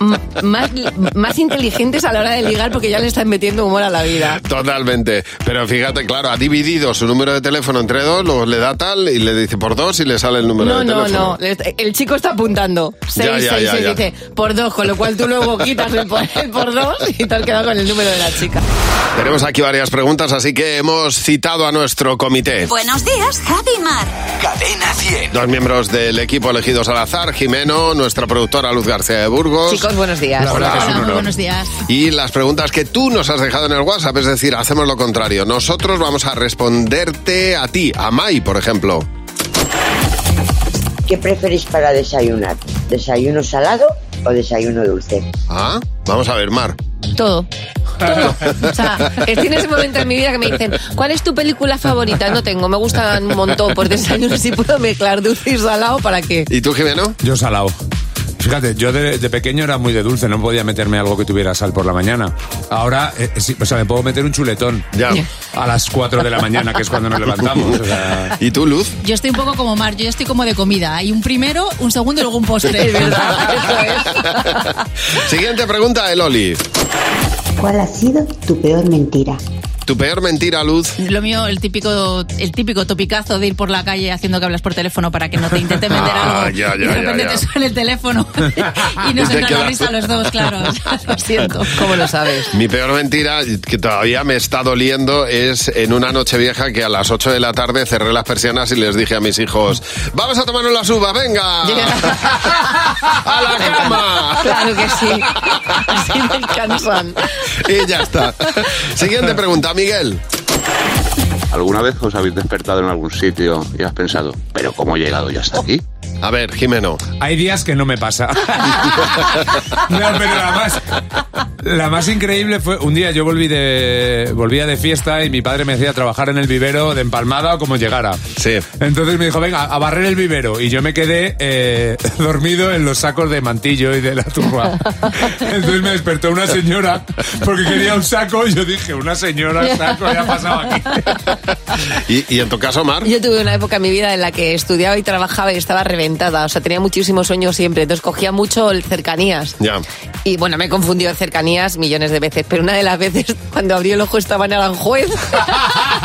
m- más, más inteligentes a la hora de ligar porque ya le están metiendo humor a la vida. Totalmente. Pero fíjate, claro, ha dividido su número de teléfono entre dos, luego le da tal y le dice por dos y le sale el número No, de no, teléfono. no. Le- El chico está apuntando. Seis, Ya, ya, seis, ya, seis, ya. Dice por dos, con lo cual tú luego quitas el por, el por dos y te has quedado con el número de la chica. Tenemos aquí varias preguntas, así que hemos citado a nuestro comité. Buenos días, Javi y Mar. Cadena 100. Dos miembros del equipo elegidos al azar, Jimeno, nuestra productora Luz García de Burgos. Chicos, buenos días. La verdad que es un Hola, muy honor. buenos días. Y las preguntas que tú nos has dejado en el WhatsApp, es decir, hacemos lo contrario. Nosotros vamos a responderte a ti, a Mai, por ejemplo. ¿Qué preferís para desayunar? ¿Desayuno salado o desayuno dulce? Ah, vamos a ver, Mar. Todo. Todo. O sea, estoy en ese momento en mi vida que me dicen, ¿cuál es tu película favorita? No tengo, me gustan un montón. Por desayuno si puedo mezclar dulce y salado, ¿para qué? ¿Y tú, Jimeno? Yo salado. Fíjate, yo de, de pequeño era muy de dulce, no podía meterme algo que tuviera sal por la mañana. Ahora, eh, sí, o sea, me puedo meter un chuletón a las 4 de la mañana, que es cuando nos levantamos. o sea. ¿Y tú, Luz? Yo estoy un poco como Mar, yo ya estoy como de comida. Hay un primero, un segundo y luego un postre. [LAUGHS] Pues. [LAUGHS] Siguiente pregunta, el Oli. ¿Cuál ha sido tu peor mentira? Tu peor mentira, Luz. Lo mío, el típico, el típico topicazo de ir por la calle haciendo que hablas por teléfono para que no te intenten vender Ah, algo. ya, ya, y de ya, repente ya. te suena el [LAUGHS] teléfono y nos Te entra la quedas- risa a los dos, [LAUGHS] claro. [LAUGHS] O sea, Lo siento. ¿Cómo lo sabes? Mi peor mentira, que todavía me está doliendo, es en una noche vieja que a las 8 de la tarde cerré las persianas y les dije a mis hijos, vamos a tomarnos las uvas, [LAUGHS] venga. ¡A la cama! Claro que sí. Así descansan. Y ya está. Siguiente pregunta, Miguel. ¿Alguna vez os habéis despertado en algún sitio y has pensado, pero cómo he llegado yo hasta aquí? A ver, [LAUGHS] Jimeno. Hay días que no me pasa. no, pero la más, la más increíble fue un día yo volví de volvía de fiesta y mi padre me decía trabajar en el vivero de empalmada o como llegara. Sí. Entonces me dijo, venga, a barrer el vivero. Y yo me quedé eh, [LAUGHS] dormido en los sacos de mantillo y de la turba. Entonces me despertó una señora porque quería un saco y yo dije, una señora, saco, ya ha pasado aquí. Y, y en tu caso, Mar. Yo tuve una época en mi vida en la que estudiaba y trabajaba y estaba reventada. O sea, tenía muchísimos sueños siempre. Entonces cogía mucho el cercanías. Ya. Y bueno, me he confundido en cercanías millones de veces, pero una de las veces [LAUGHS] cuando abrí el ojo estaba en [LAUGHS] Aranjuez. [LAUGHS]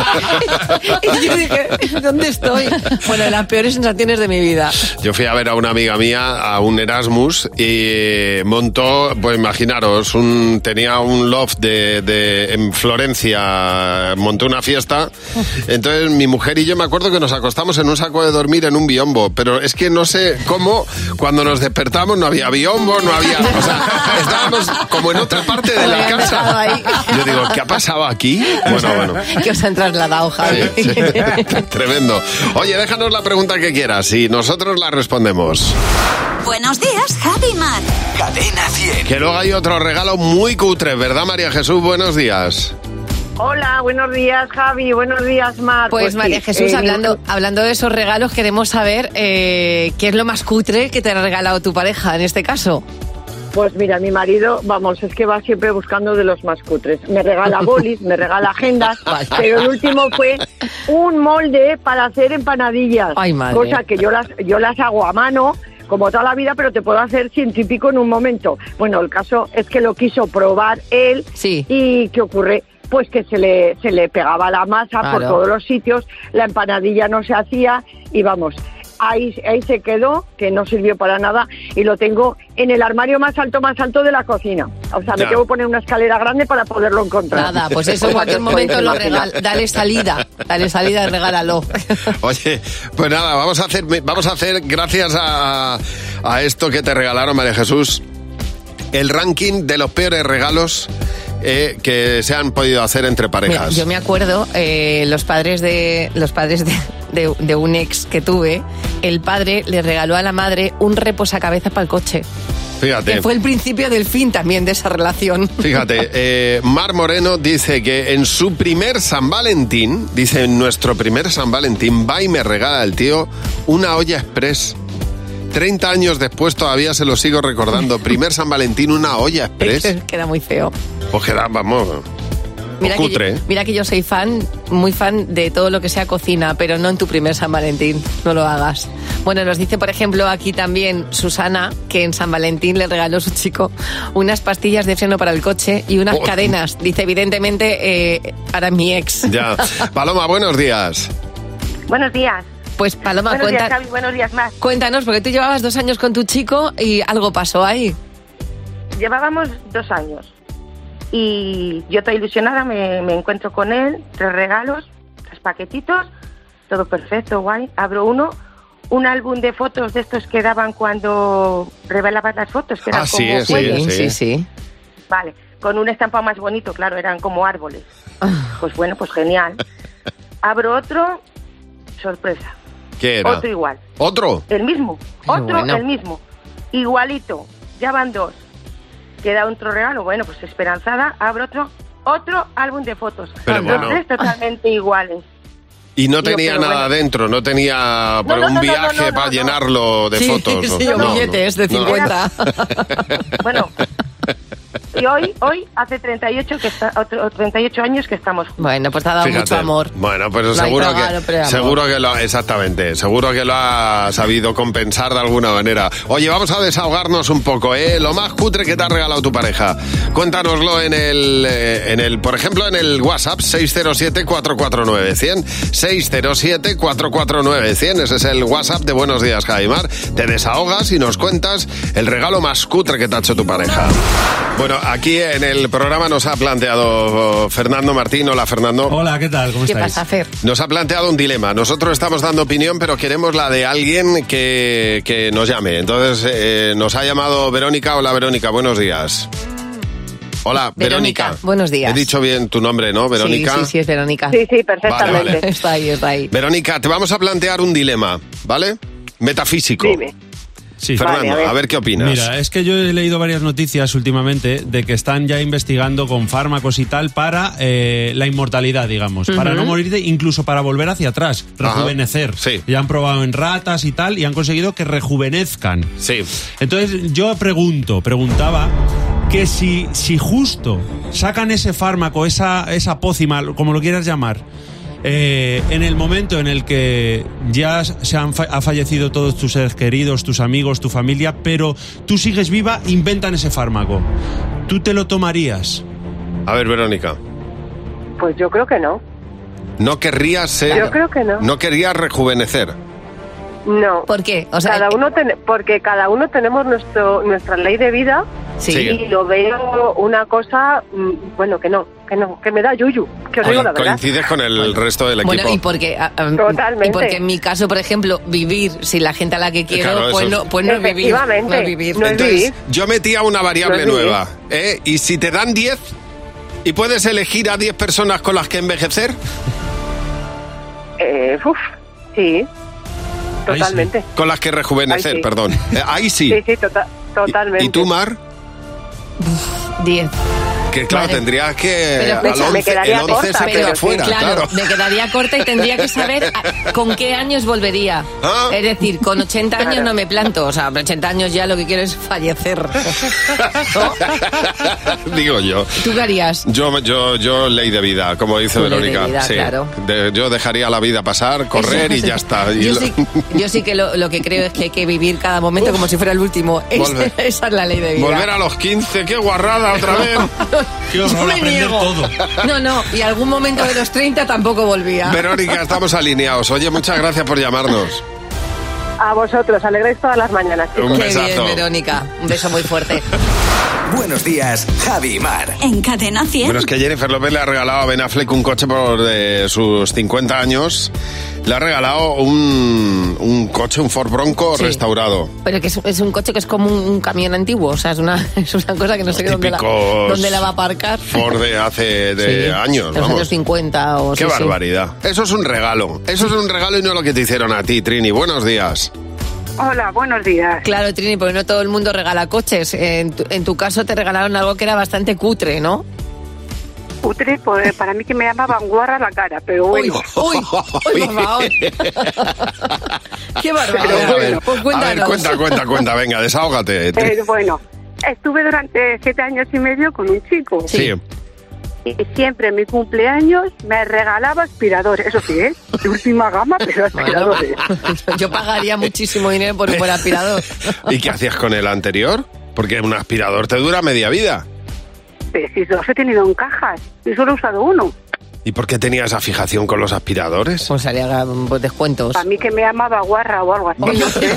y yo dije, ¿dónde estoy? Bueno, de las peores sensaciones de mi vida. Yo fui a ver a una amiga mía a un Erasmus y montó, pues imaginaros, un, tenía un loft de, de- en Florencia, montó una fiesta. Entonces mi mujer y yo me acuerdo que nos acostamos en un saco de dormir en un biombo, pero es que no sé cómo cuando nos despertamos no había biombo, no había... O sea, estábamos como en otra parte de la Había empezado casa. ahí. Yo digo, ¿qué ha pasado aquí? Bueno, bueno. [LAUGHS] Que os han trasladado, Javi. Sí, sí. [LAUGHS] Tremendo. Oye, déjanos la pregunta que quieras y nosotros la respondemos. Buenos días, Javi Mar. Cadena 100. Que luego hay otro regalo muy cutre, ¿verdad, María Jesús? Buenos días. Hola, buenos días, Javi. Buenos días, Mar. Pues María sí, Jesús, eh, hablando, hablando de esos regalos, queremos saber eh, qué es lo más cutre que te ha regalado tu pareja en este caso. Pues mira, mi marido, vamos, es que va siempre buscando de los más cutres. [LAUGHS] Me regala bolis, me regala agendas, Vaya. pero el último fue un molde para hacer empanadillas. Ay, madre. Cosa que yo las, yo las hago a mano, como toda la vida, pero te puedo hacer ciento y pico en un momento. Bueno, el caso es que lo quiso probar él. ¿Y qué ocurre? Pues que se le, se le pegaba la masa por Claro. todos los sitios, la empanadilla no se hacía y vamos. Ahí, ahí se quedó, que no sirvió para nada, y lo tengo en el armario más alto, más alto de la cocina. O sea, me Ya. tengo que poner una escalera grande para poderlo encontrar. Nada, pues eso O en sea, [LAUGHS] cualquier que momento podéis lo imaginar. regala. Dale salida, dale salida, y [LAUGHS] regálalo. Oye, pues nada, vamos a hacer, vamos a hacer gracias a, a esto que te regalaron, María Jesús, el ranking de los peores regalos eh, que se han podido hacer entre Mira, parejas. yo me acuerdo, eh, los padres de los padres de, de- de un ex que tuve, el padre le regaló a la madre un reposacabezas para el coche. Fíjate. Que fue el principio del fin también de esa relación. [LAUGHS] Fíjate, eh, Mar Moreno dice que en su primer San Valentín, dice en nuestro primer San Valentín, va y me regala el tío una olla express. 30 años después todavía se lo sigo recordando. Primer San Valentín, una olla express. [LAUGHS] Queda muy feo. Pues que da, vamos. Mira que, cutre, yo, ¿eh? mira que yo soy fan, muy fan de todo lo que sea cocina, pero no en tu primer San Valentín, no lo hagas. Bueno, nos dice, por ejemplo, aquí también Susana, que en San Valentín le regaló a su chico unas pastillas de freno para el coche y unas Oh. cadenas. Dice, evidentemente, eh, para mi ex. Ya. Paloma, buenos días. Buenos días. Pues Paloma, Buenos días, cuenta- Javi, buenos días más. cuéntanos, porque tú llevabas dos años con tu chico y algo pasó ahí. Llevábamos dos años y yo estoy ilusionada, me, me encuentro con él, tres regalos, tres paquetitos, todo perfecto, guay. Abro uno, un álbum de fotos de estos que daban cuando revelabas las fotos, que eran como fuelles. Vale, con un estampado más bonito, claro, eran como árboles. Pues bueno, pues genial. Abro otro, sorpresa, ¿Qué era? otro igual. ¿Otro? El mismo. Qué Otro, bueno. el mismo. Igualito. Ya van dos. Queda otro regalo. Bueno, pues esperanzada. Abro otro. Otro álbum de fotos. Pero Los bueno. tres totalmente iguales. Y no Yo, tenía pero nada bueno. dentro, no tenía No, para no, un no, no, no, viaje no, para no. llenarlo de Sí, fotos. sí, No, o no, billetes de no. 50. Y hoy, hoy hace 38, que está, otro- 38 años que estamos juntos. Bueno, pues te ha dado Fíjate. mucho amor. Bueno, pues Lo ha seguro entregado, pero que, amor. seguro que lo, exactamente, seguro que lo ha sabido compensar de alguna manera. Oye, vamos a desahogarnos un poco, ¿eh? Lo más cutre que te ha regalado tu pareja. Cuéntanoslo en el, eh, en el, por ejemplo, en el WhatsApp 607-449-100. 607-449-100. Ese es el WhatsApp de Buenos Días, Javimar. Te desahogas y nos cuentas el regalo más cutre que te ha hecho tu pareja. Bueno, aquí en el programa nos ha planteado oh, Fernando Martín. Hola, Fernando. Hola, ¿qué tal? ¿Cómo ¿Qué estáis? pasa, Fer? Nos ha planteado un dilema. Nosotros estamos dando opinión, pero queremos la de alguien que, que nos llame. Entonces, eh, nos ha llamado Verónica. Hola, Verónica, buenos días. Hola, Verónica. Buenos días. He dicho bien tu nombre, ¿no, Verónica? Sí, sí, sí, es Verónica. Sí, sí, perfectamente. Vale, vale. [LAUGHS] Está ahí, está ahí. Verónica, te vamos a plantear un dilema, ¿vale? Metafísico. Sí. Fernando, a, ver. qué opinas. eh. Mira, es que yo he leído varias noticias últimamente de que están ya investigando con fármacos y tal para eh, la inmortalidad, digamos. Ujú. Para no morirte, incluso para volver hacia atrás, Ajá. rejuvenecer. Ya han probado en ratas y tal y han conseguido que rejuvenezcan. Sí. Entonces yo pregunto, preguntaba que si, si justo sacan ese fármaco, esa, esa pócima, como lo quieras llamar, eh, en el momento en el que ya se han fa- ha fallecido todos tus seres queridos, tus amigos, tu familia, pero tú sigues viva, inventan ese fármaco. ¿Tú te lo tomarías? A ver, Verónica. Pues yo creo que no. No querrías ser. Yo creo que no. No querrías rejuvenecer. No. ¿Por qué? cada uno ten- porque cada uno tenemos nuestro nuestra ley de vida Sí. y lo veo una cosa, mm, bueno, que no, que no, que me da yuyu, que os digo la Co- verdad. coincides con el resto del equipo. Bueno, y porque, ah, ah, y porque en mi caso, por ejemplo, vivir sin la gente a la que quiero, Eh, Claro, pues, eso no, es- pues no es vivir. Efectivamente, No es vivir. Entonces, yo metía una variable No es vivir. nueva. ¿eh? Y si te dan 10 y puedes elegir a 10 personas con las que envejecer. Eh, uf, sí. Totalmente. Con las que rejuvenecer, Ahí [LAUGHS] sí. perdón. Eh, ahí sí. Sí, sí, tota- totalmente. ¿Y tú, Mar? 10. Que claro, Vale. tendrías que. Pero al escucha, 11 el 11 se queda pero- fuera, claro. Me quedaría corta y tendría que saber a- con qué años volvería. Ah. Es decir, con 80 años no me planto. O sea, con 80 años ya lo que quiero [LAUGHS] es fallecer. [LAUGHS] Digo yo. ¿Tú qué harías? Yo, yo, yo ley de vida, como dice Tú ley de Verónica. vida, sí. claro. De- yo dejaría la vida pasar, correr y ya está. Y Yo lo- sí, yo sí que lo, lo que creo es que hay que vivir cada momento como si fuera el último. [LAUGHS] Es- Volver. esa es la ley de [LAUGHS] vida. Volver a los 15, qué guarrada otra vez. [LAUGHS] qué Yo me niego. No, no, y algún momento de los 30 tampoco volvía. Verónica, estamos alineados. Oye, muchas gracias por llamarnos. A vosotros, alegráis todas las mañanas. Un Qué besazo. bien, Verónica. Un beso muy fuerte. Buenos días, Javi y Mar. En cadena 100. Bueno, es que Jennifer López le ha regalado a Ben Affleck un coche por eh, sus 50 años. Le ha regalado un, un coche, un Ford Bronco Sí. restaurado. Pero que es, es un coche que es como un, un camión antiguo, o sea, es una, [LAUGHS] es una cosa que no sé dónde la, típicos dónde la va a aparcar. Ford de hace de Sí, años, de los vamos. años 50 o Qué sí, sí. barbaridad. Eso es un regalo. Eso es un regalo y no lo que te hicieron a ti, Trini. Buenos días. Hola, buenos días. Claro, Trini, porque no todo el mundo regala coches. En tu, en tu caso te regalaron algo que era bastante cutre, ¿no? Putre, pues, para mí que me llamaban guarra la cara, pero Pues bueno. Uy, uy, por favor. Qué barbaridad. a ver, pues a ver, cuéntanos. cuenta, cuenta, cuenta. Venga, desahógate. Trini. Pero Eh, bueno, estuve durante siete años y medio con un chico. Sí. Y siempre en mi cumpleaños me regalaba aspiradores. Eso sí, ¿eh? De última gama, [LAUGHS] pero aspiradores. [LAUGHS] Yo pagaría muchísimo dinero por un buen aspirador. ¿Y qué hacías con el anterior? Porque un aspirador te dura media vida. Pero si los he tenido en cajas y solo he usado uno. ¿Y por qué tenía esa fijación con los aspiradores? Pues haría pues, descuentos. Para mí que me llamaba guarra o algo así. no sé.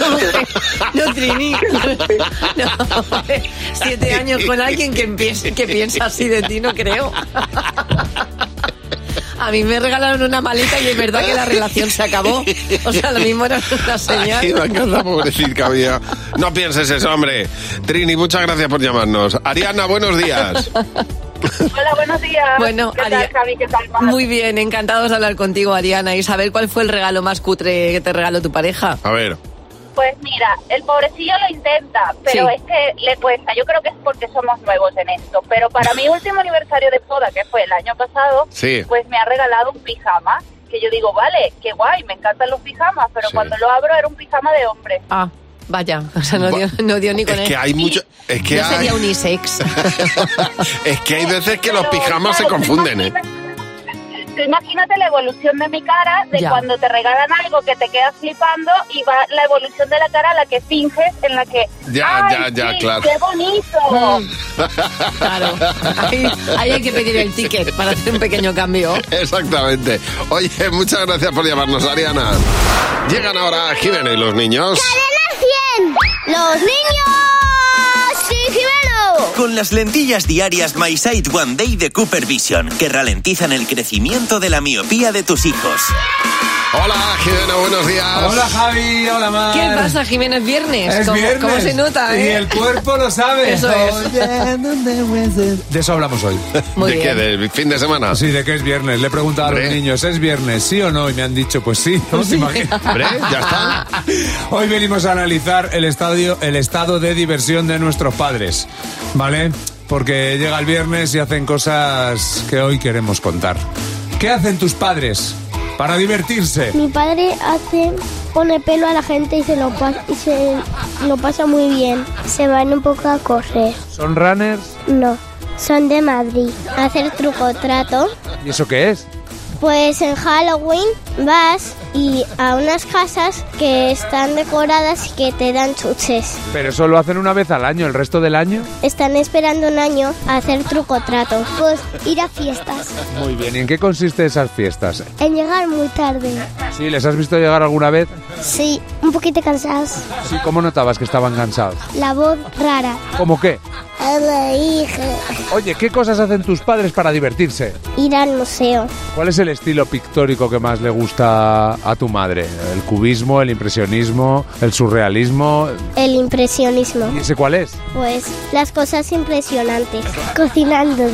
[LAUGHS] No, Trini. No, hombre, siete años con alguien que, empiece- que piensa así de ti, no creo. A mí me regalaron una maleta y es verdad que la relación se acabó. O sea, lo mismo era una señal. Ay, me encanta, pobrecita mía. No pienses eso, hombre. Trini, muchas gracias por llamarnos. Ariana, buenos días. Hola, buenos días. Bueno, ¿Qué Ari- tal, Javi? ¿Qué tal, Mar? Muy bien, encantados de hablar contigo, Ariana, y saber cuál fue el regalo más cutre que te regaló tu pareja. A ver. Pues mira, el pobrecillo lo intenta, pero Sí. es que le cuesta. Yo creo que es porque somos nuevos en esto. Pero para mi último aniversario de boda, que fue el año pasado, Sí. pues me ha regalado un pijama. Que yo digo, vale, qué guay, me encantan los pijamas, pero cuando lo abro era un pijama de hombre. Ah, Vaya, [LAUGHS] o sea, no dio, no dio ni con Es él. que hay mucho. Es que Yo hay, [LAUGHS] sería unisex. es que hay veces que los Pero, pijamas se claro, confunden, ¿eh? Tú imagínate la evolución de mi cara de Ya. cuando te regalan algo que te quedas flipando y va la evolución de la cara a la que finges en la que. "Oh, Ya, "Ay, ya, ya, sí, claro. ¡Qué bonito! Claro. Ahí, ahí hay que pedir el ticket para hacer un pequeño cambio. Exactamente. Oye, muchas gracias por llamarnos, Ariana. Llegan ahora Jimeno y los niños. ¡Los niños! ¡Sí, Jimeno! Con las lentillas diarias My Sight One Day de Cooper Vision, que ralentizan el crecimiento de la miopía de tus hijos. Hola, Jimeno, buenos días. Hola, Javi, hola, Mar. ¿Qué pasa, Jimena? Es viernes. Ah. Es ¿Cómo, viernes. cómo se nota, Y eh? el cuerpo lo sabe. Eso es. Oye, De eso hablamos [LAUGHS] hoy. ¿De qué? ¿Del fin de semana? Sí, de que es viernes. Le he preguntado a los niños, ¿es viernes? ¿Sí o no? Y me han dicho, pues sí. ¿no? ¿Te imaginas? Hombre, ya está. [LAUGHS] Hoy venimos a analizar el, estadio, el estado de diversión de nuestros padres, ¿vale? Porque llega el viernes y hacen cosas que hoy queremos contar. ¿Qué hacen tus padres para divertirse? Mi padre hace, pone pelo a la gente y se lo, pa- y se lo pasa muy bien. Se van un poco a correr. ¿Son runners? No, son de Madrid. A hacer truco trato. ¿Y eso qué es? Pues en Halloween vas y a unas casas que están decoradas y que te dan chuches. Pero eso lo hacen una vez al año, el resto del año. Están esperando un año a hacer truco trato. Pues ir a fiestas. Muy bien, ¿y en qué consiste esas fiestas? En llegar muy tarde. ¿Sí? ¿Les has visto llegar alguna vez? Sí, un poquito cansados. Sí, ¿cómo notabas que estaban cansados? La voz rara. ¿Cómo qué? Hola, hija. Oye, ¿qué cosas hacen tus padres para divertirse? Ir al museo. ¿Cuál es el estilo pictórico que más le gusta a tu madre? ¿El cubismo, el impresionismo, el surrealismo? El impresionismo. ¿Y ese cuál es? Pues las cosas impresionantes. Cocinando.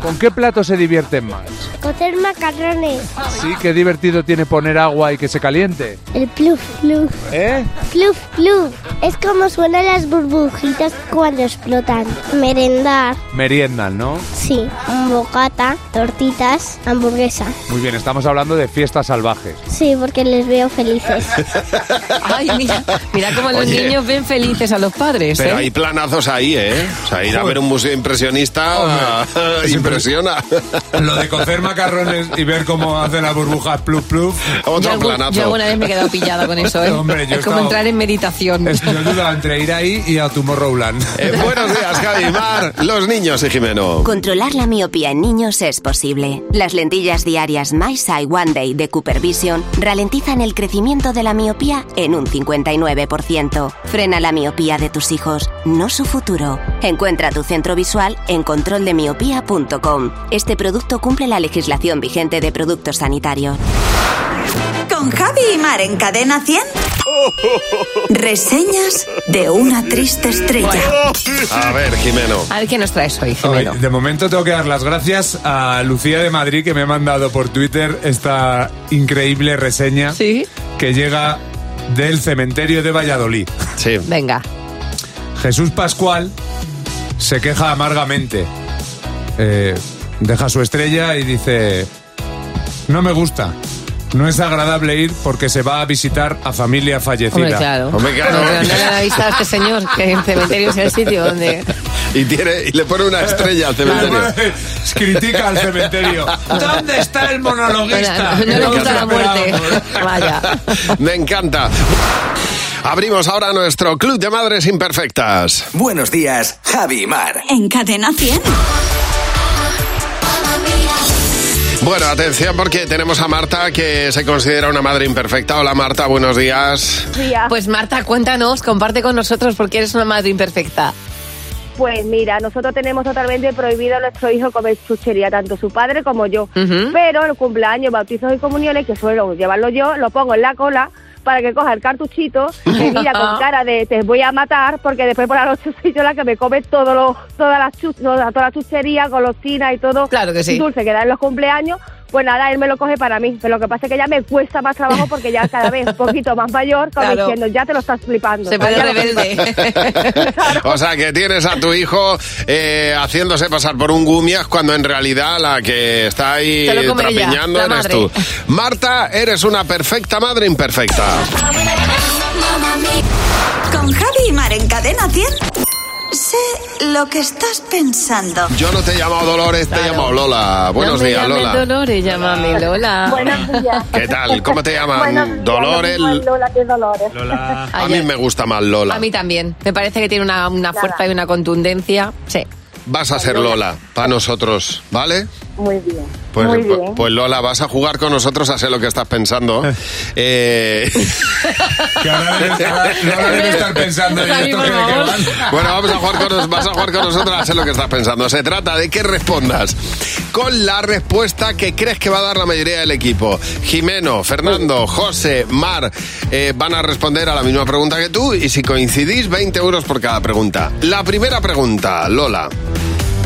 ¿Con qué plato se divierten más? Cocer macarrones. Sí, qué divertido tiene poner agua y que se caliente. El pluf, pluf. ¿Eh? Pluf, pluf. Es como suenan las burbujitas cuando explotan. Merendar. Meriendan, ¿no? Sí. Un bocata, tortitas, hamburguesa. Muy bien, estamos hablando de fiestas salvajes. Sí, porque les veo felices. Ay, mira, mira cómo los Oye. niños ven felices a los padres, Pero ¿eh? hay planazos ahí, ¿eh? O sea, ir a ver un [LAUGHS] museo impresionista [LAUGHS] impresiona. [LAUGHS] Lo de cocer macarrones y ver cómo hacen las burbujas pluf pluf. yo, algún- yo alguna vez [LAUGHS] me he quedado pillada con eso, ¿eh? Hombre, yo he es como estado- entrar en meditación. Es- Yo dudo entre ir ahí y a Tomorrowland. Eh, buenos días, Javi Mar. Los niños y Jimeno. Controlar la miopía en niños es posible. Las lentillas diarias My Sight One Day de Cooper Vision ralentizan el crecimiento de la miopía en un 59%. Frena la miopía de tus hijos, no su futuro. Encuentra tu centro visual en controldemiopía.com. Este producto cumple la legislación vigente de productos sanitarios. Con Javi y Mar en Cadena 100. Reseñas de una triste estrella. A ver, Jimeno. A ver qué nos traes hoy, Ay, Jimeno. de momento tengo que dar las gracias a Lucía de Madrid que me ha mandado por Twitter esta increíble reseña que llega del cementerio de Valladolid. [LAUGHS] Sí. Venga. Jesús Pascual se queja amargamente. Eh, deja su estrella y dice, no me gusta. No es agradable ir porque se va a visitar a familia fallecida. Hombre, claro. Pero no le han avisado a este señor que el cementerio es el sitio [LAUGHS] donde... Y, tiene, y le pone una estrella [LAUGHS] al cementerio. Critica al cementerio. ¿Dónde está el monologuista? Bueno, no le gusta la muerte. [LAUGHS] Vaya. [LAUGHS] Me encanta. Abrimos ahora nuestro Club de Madres Imperfectas. Buenos días, Javi Mar. En Cadena 100. Bueno, atención porque tenemos a Marta que se considera una madre imperfecta. Hola Marta, buenos días. Pues Marta, cuéntanos, comparte con nosotros porque eres una madre imperfecta. Pues mira, nosotros tenemos totalmente prohibido a nuestro hijo comer chuchería, tanto su padre como yo. Ujú. Pero en cumpleaños, bautizos y comuniones, que suelo llevarlo yo, lo pongo en la cola para que coja el cartuchito y mira [LAUGHS] con cara de te voy a matar porque después por la noche [LAUGHS] soy yo la que me come todo lo, toda, la chu- toda, toda la chuchería, golosina y todo claro que sí. dulce que da en los cumpleaños. Pues nada, él me lo coge para mí. Pero lo que pasa es que ya me cuesta más trabajo porque ya cada vez un poquito más mayor, como [LAUGHS] Claro. diciendo, ya te lo estás flipando. Se pone Ya lo- [LAUGHS] rebelde. O sea que tienes a tu hijo eh, haciéndose pasar por un gumias cuando en realidad la que está ahí Se lo come ella, trapiñando la eres madre. tú. Marta, eres una perfecta madre imperfecta. Con Javi Cadena 100. Sé lo que estás pensando. Yo no te he llamado Dolores, te he llamado Lola. [LAUGHS] Buenos no me días, llames Lola. Dolores, llámame Lola. ¿Qué tal? ¿Cómo [LAUGHS] te Buenos días, llaman? Dolores. Lola, qué Dolores. A mí me gusta más A Lola. mí también. Me parece que tiene una, una fuerza y una contundencia. Sí. Vas a ser Lola para nosotros, ¿vale? Muy bien. Pues, Muy pues- bien. pues, Lola, vas a jugar con nosotros a sé lo que estás [LAUGHS] pensando. Eh, Ahora debe estar pensando en esto que de qué van. Bueno, vamos a jugar con nos- vas a jugar con nosotros a sé lo que estás pensando. Se trata de que respondas con la respuesta que crees que va a dar la mayoría del equipo. Jimeno, Fernando, José, Mar eh, van a responder a la misma pregunta que tú y si coincidís, 20 euros por cada pregunta. La primera pregunta, Lola.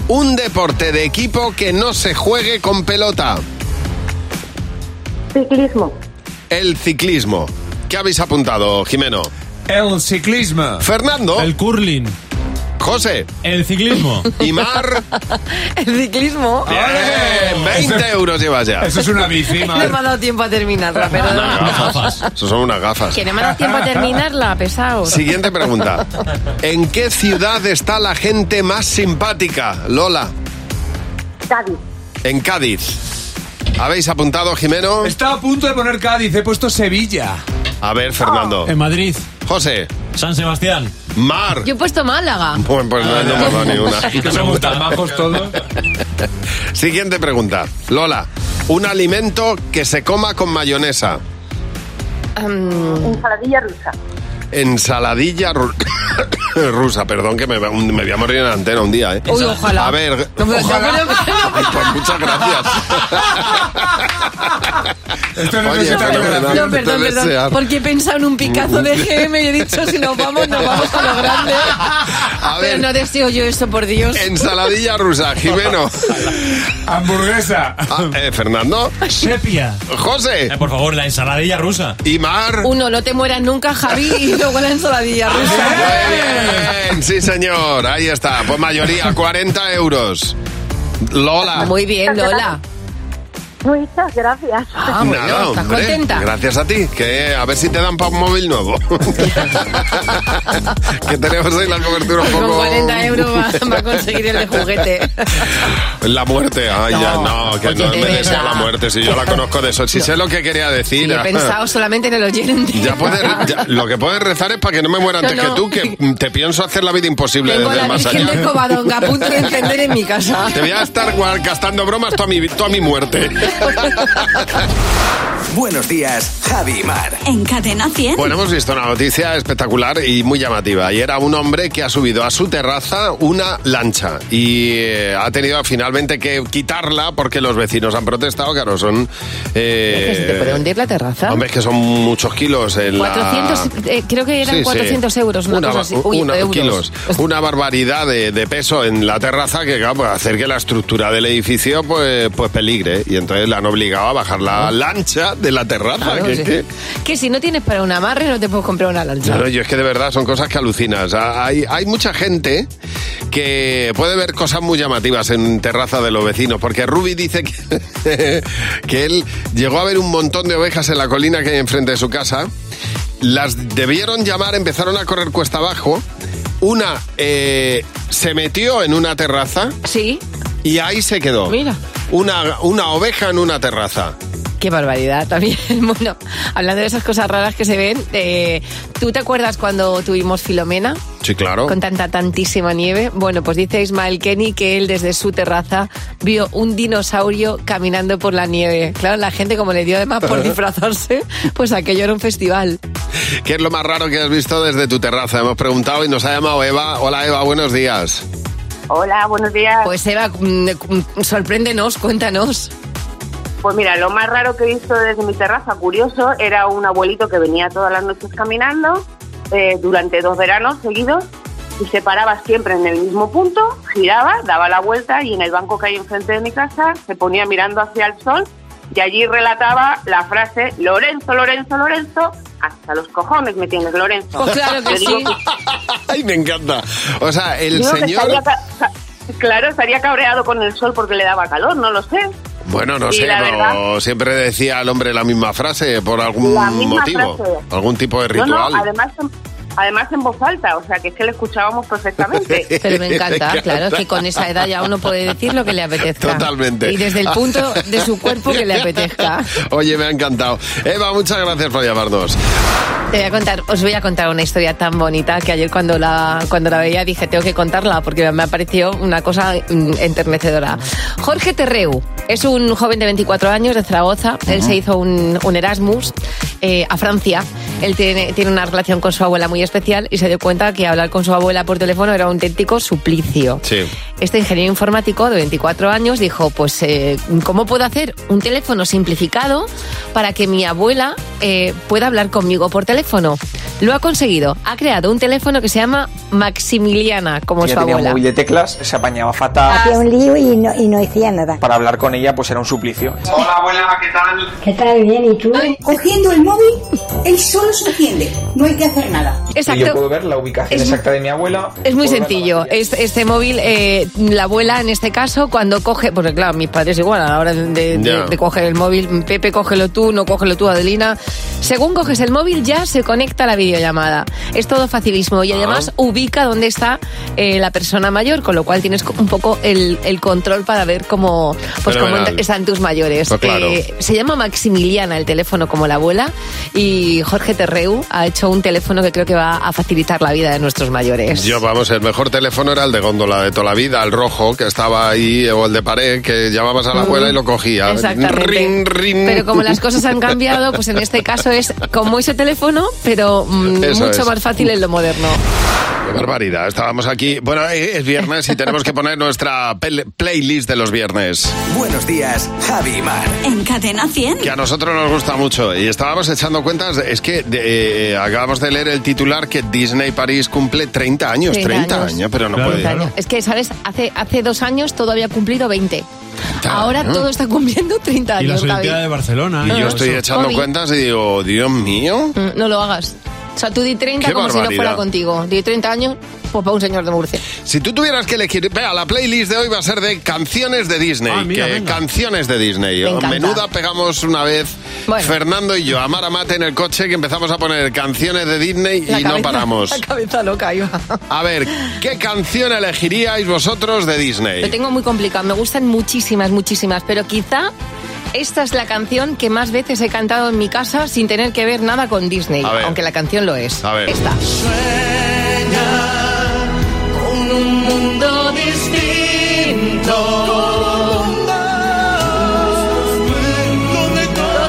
Un deporte de equipo que no se juegue con pelota. Ciclismo. El ciclismo. ¿Qué habéis apuntado, Jimeno? El ciclismo. Fernando. El Oh. curling. José. El [LAUGHS] ciclismo. Y Mar. El ciclismo. [LAUGHS] Bien, 20 euros llevas ya. Eso es una bici, No me ha dado tiempo a terminarla, [LAUGHS] perdón. Eso son unas gafas. Que no me ha dado tiempo a terminarla, pesado. Siguiente pregunta. ¿En qué ciudad está la gente más simpática, Lola? Cádiz. En Cádiz. ¿Habéis apuntado, Jimeno? Estaba a punto de poner Cádiz, he puesto Sevilla. A ver, Fernando. En Madrid. José. San Sebastián. Mar. Yo he puesto Málaga. Bueno, pues no, no hemos dado ni una. Y que somos tan bajos todos. Siguiente pregunta. Lola, un alimento que se coma con mayonesa. Em, Ensaladilla rusa. Ensaladilla ru- [COUGHS] rusa, perdón que me, va- me voy a morir en la antena un día, ¿eh? Uy, ojalá. A ver, No me- ojalá. no me- [LAUGHS] Ay, pues muchas gracias. Esto Oye, fenomenal, No, esto perdón, es perdón. desear. Porque he pensado en un picazo de GM y he dicho, si nos vamos, nos vamos a lo grande. ver. Pero no deseo yo eso, por Dios. Ensaladilla rusa, [LAUGHS] Jimeno. Hamburguesa. Ah, eh, Fernando. Sepia. José. Eh, por favor, la ensaladilla rusa. Y Mar. Uno, no te mueras nunca, Javi, y luego la ensaladilla rusa. Bien, sí, señor. Ahí está. Pues mayoría, 40 euros. Lola. Ah, Muy bien, Lola. Muchas gracias. Ah, bueno, Nada, ¿estás hombre, contenta? Gracias a ti, que a ver si te dan para un móvil [LAUGHS] nuevo. que tenemos ahí la cobertura un Con poco. 40 euros [LAUGHS] va, va a conseguir el de juguete. La muerte, ay, ya, no, que oye, no de me deseo verdad. la muerte, si yo la conozco de eso. Si sé lo que quería decir. Y he pensado solamente en el oyente. [LAUGHS] Ya puedes, ya- lo que puedes rezar es para que no me muera No, antes no. que tú, que te pienso hacer la vida imposible Tengo desde [LAUGHS] la el más Virgen allá. de Covadonga a punto de encender en mi casa. [LAUGHS] Te voy a estar gua- gastando bromas toda mi, toda mi muerte. Buenos días, Javi y Mar. En Cadena 100. Bueno, hemos visto una noticia espectacular y muy llamativa. Y era un hombre que ha subido a su terraza una lancha y eh, ha tenido finalmente que quitarla porque los vecinos han protestado. Claro, son. eh, ¿Se te puede hundir la terraza? Hombre, es que son muchos kilos. en la- 400, eh, creo que eran Sí, sí. 400 euros, una, cosa ba- así. Uy, una- euros. kilos. [LAUGHS] Una barbaridad de, de peso en la terraza que, claro, pues, hacer que la estructura del edificio pues, pues peligre. Y entonces la han obligado a bajar la lancha de la terraza. Claro, Ah, que- sí. que- Que si no tienes para un amarre, no te puedes comprar una lancha. Claro, yo es que de verdad son cosas que alucinas. Ah, Hay, hay mucha gente que puede ver cosas muy llamativas en terraza de los vecinos, porque Ruby dice que, [LAUGHS] que él llegó a ver un montón de ovejas en la colina que hay enfrente de su casa. Las debieron llamar, empezaron a correr cuesta abajo. Una eh, se metió en una terraza. Sí. Y ahí se quedó. Mira. Una, una oveja en una terraza. Qué barbaridad también. [LAUGHS] Bueno, hablando de esas cosas raras que se ven, eh, ¿tú te acuerdas cuando tuvimos Filomena? Sí, claro. Con tanta, tantísima nieve. Bueno, pues dice Ismael Kenny que él desde su terraza vio un dinosaurio caminando por la nieve. Claro, la gente como le dio además [LAUGHS] por disfrazarse, pues aquello era un festival. ¿Qué es lo más raro que has visto desde tu terraza? Hemos preguntado y nos ha llamado Eva. Hola Eva, buenos días. [LAUGHS] Hola, buenos días. Pues Eva, mm, mm, sorpréndenos, cuéntanos. Pues mira, lo más raro que he visto desde mi terraza, curioso, era un abuelito que venía todas las noches caminando eh, durante dos veranos seguidos y se paraba siempre en el mismo punto, giraba, daba la vuelta y en el banco que hay enfrente de mi casa se ponía mirando hacia el sol y allí relataba la frase Lorenzo, Lorenzo, Lorenzo, hasta los cojones me tienes, Lorenzo. Oh, Pues Le digo Ay, me encanta. O sea, el digo que señor... estaría ca- ca- claro, estaría cabreado con el sol porque le daba calor, no lo sé. Bueno, no Sí, sé, la pero verdad. siempre decía al hombre la misma frase por algún La misma motivo. frase. Algún tipo de No, ritual. no, además además en voz alta, o sea que es que le escuchábamos [LAUGHS] perfectamente. Pero me encanta, claro, es que con esa edad ya uno puede decir lo que le apetezca. Totalmente. Y desde el punto de su [LAUGHS] cuerpo que le apetezca. Oye, me ha encantado. Eva, muchas gracias por llamarnos. Te voy a contar, os voy a contar una historia tan bonita que ayer cuando la, cuando la veía dije, tengo que contarla porque me pareció una cosa mm, enternecedora. Jorge Terreu es un joven de 24 años de Zaragoza. Él se hizo un, un Erasmus eh, a Francia. Él tiene, tiene una relación con su abuela muy especial y se dio cuenta que hablar con su abuela por teléfono era un auténtico suplicio. Sí. Este ingeniero informático de 24 años dijo, pues, eh, ¿cómo puedo hacer un teléfono simplificado para que mi abuela eh, pueda hablar conmigo por teléfono? Lo ha conseguido. Ha creado un teléfono que se llama Maximiliana, como ella su tenía abuela. un móvil de teclas, se apañaba fatal. Hacía un lío y no, y no decía nada. Para hablar con ella, pues era un suplicio. Hola, abuela, ¿qué tal? ¿Qué tal? Bien, ¿y tú? Cogiendo el móvil, él solo se atiende. No hay que hacer nada. Y yo puedo ver la ubicación Es- exacta de mi abuela. Es muy puedo ver la sencillo. Es- este móvil, eh, la abuela en este caso, cuando coge, porque claro, mis padres igual a la hora de, de- Ya. de coger el móvil, Pepe, cógelo tú, no cógelo tú, Adelina. Según coges el móvil, ya se conecta la videollamada. Es todo facilismo Ah. y además ubica dónde está eh, la persona mayor, con lo cual tienes co- un poco el, el control para ver cómo, pues, cómo Fenomenal. están tus mayores. Eh, Pues claro. se llama Maximiliana el teléfono como la abuela y Jorge Terreu ha hecho un teléfono que creo que va a facilitar la vida de nuestros mayores. Yo, vamos, el mejor teléfono era el de góndola de toda la vida, el rojo que estaba ahí, o el de pared, que llamabas a la abuela y lo cogía. Exactamente. Ring, ring. Pero como las cosas han cambiado, pues en este caso es como ese teléfono, pero mm, Eso mucho es. más fácil en lo moderno. Qué barbaridad, estábamos aquí. Bueno, eh, es viernes y tenemos que poner nuestra pel- playlist de los viernes. Buenos días, Javi y Mar. En Cadena 100. Que a nosotros nos gusta mucho y estábamos echando cuentas, es que de- eh, acabamos de leer el titular que Disney París cumple 30 años, 30, 30 años. años. pero no puede. Es que, ¿sabes? Hace, hace dos años todo había cumplido 20. Ahora todo está cumpliendo 30 Y las años, Gaby. Olimpiadas de Barcelona. ¿eh? Y yo Ah, estoy eso. echando Obi. cuentas y digo, Dios mío. Mm, No lo hagas. O sea, tú di 30 Qué como si no barbaridad. fuera contigo. Di 30 años, pues para un señor de Murcia. Si tú tuvieras que elegir, vea, la playlist de hoy va a ser de canciones de Disney. Ah, mira, que- venga. canciones de Disney. Me encanta. Menuda pegamos una vez Fernando y yo a Mara Mate en el coche que empezamos a poner canciones de Disney La y no cabeza- paramos. La cabeza loca, iba. A ver, ¿qué canción elegiríais vosotros de Disney? Lo tengo muy complicado. Me gustan muchísimas, muchísimas. Pero quizá esta es la canción que más veces he cantado en mi casa sin tener que ver nada con Disney. A ver. Aunque la canción lo es. A ver. Esta. Con un mundo distinto.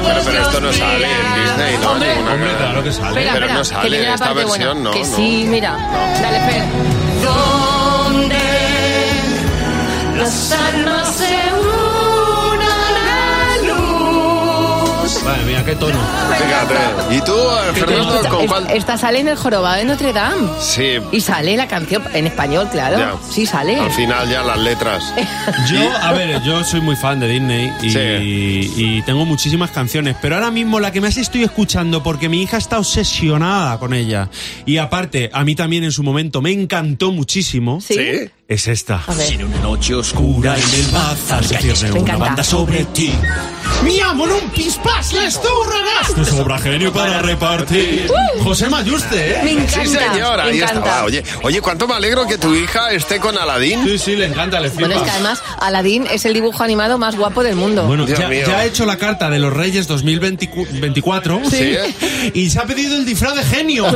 Pero, pero esto no sale en Disney, ¿no? Hombre. Ninguna claro que sale. Pero no que viene sale la esta parte buena. versión, ¿no? Que no. sí, mira. Dale, Fer. Donde las almas se unan a la luz. Madre mía, qué tono. Fíjate. ¿Y tú, eh, Fernando, Escucha, con es- cuál? Esta sale en el jorobado de Notre Dame. Sí, Y sale la canción en español, claro. Ya. Sí, sale. al final ya las [LAUGHS] letras. Yo, a ver, yo soy muy fan de Disney y, y tengo muchísimas canciones, pero ahora mismo la que más estoy escuchando porque mi hija está obsesionada con ella y aparte a mí también en su momento me encantó muchísimo. Sí. Es esta. En una noche oscura en el bazar se cierne Me una encanta. banda sobre ti. Mi amor, un pispas les turrarás. No sobra genio para repartir. José Mayuste, ¿eh? Me encanta, Sí, señora, me ahí encanta. estaba. Oye, oye, cuánto me alegro que tu hija esté con Aladín. Sí, sí, le encanta, le Bueno, es que además Aladdin es el dibujo animado más guapo del mundo. Bueno, Dios ya, mío. ya ha hecho la carta de los Reyes 2024 Sí. ¿eh? [LAUGHS] y se ha pedido el disfraz de genio.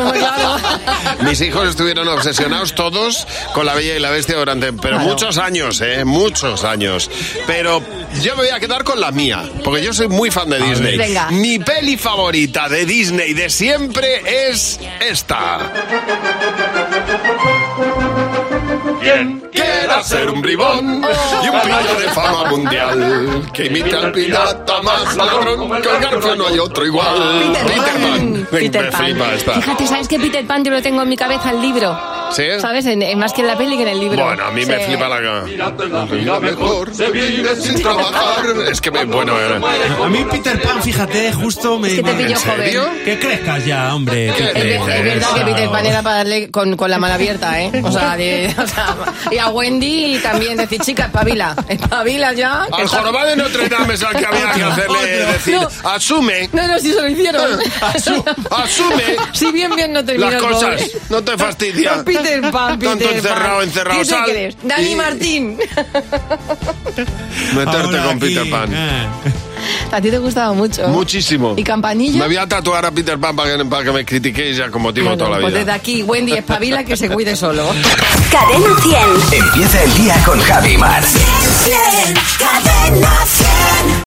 Mis hijos estuvieron obsesionados todos con la Bella y la Bestia durante, pero Claro. muchos años, ¿eh? Muchos años. Pero yo me voy a quedar con la mía, porque yo soy muy fan de Disney. ver. Venga. Mi peli favorita de Disney de siempre es esta. Quien quiera ser un bribón y un pillo de fama mundial Oh. que imita al pirata más ladrón que el garfio no hay otro igual. Peter Pan. Me- me flipa esta. Fíjate, ¿sabes qué Peter Pan yo lo tengo en mi cabeza el libro? ¿Sí? ¿Sabes? En- en más que en la peli que en el libro. Bueno, a mí me Sí. flipa la... mejor, se vive sin trabajar. Es que, me- bueno... eh, A mí Peter Pan, fíjate, justo me... Es que te pillo ¿En serio? Que crezcas ya, hombre. Es, ver- es verdad que Peter Pan era para darle con, con la mano abierta, ¿eh? O sea, de- [LAUGHS] o sea, y a Wendy también decir, chica, espabila, espabila ya. que Al está- jorobado de Notre Dame es al que había que hacerle decir, asume No, no, sí se lo hicieron. [LAUGHS] asume. Si bien, bien no terminó. las el cosas, pobre. no te fastidia. No, Peter Pan, Peter Tanto encerrado, Pan. encerrado, ¿Qué te sal crees? Dani y- [LAUGHS] Martín. Meterte con Peter Pan. eh. eh. A ti te gustaba mucho. Muchísimo. ¿Y Campanilla? Me voy a tatuar a Peter Pan para que, para que me critiquéis ya como motivo Bueno, toda la pues vida. desde aquí, Wendy, espabila que se cuide solo. Cadena 100. Empieza el día con Javi Mar.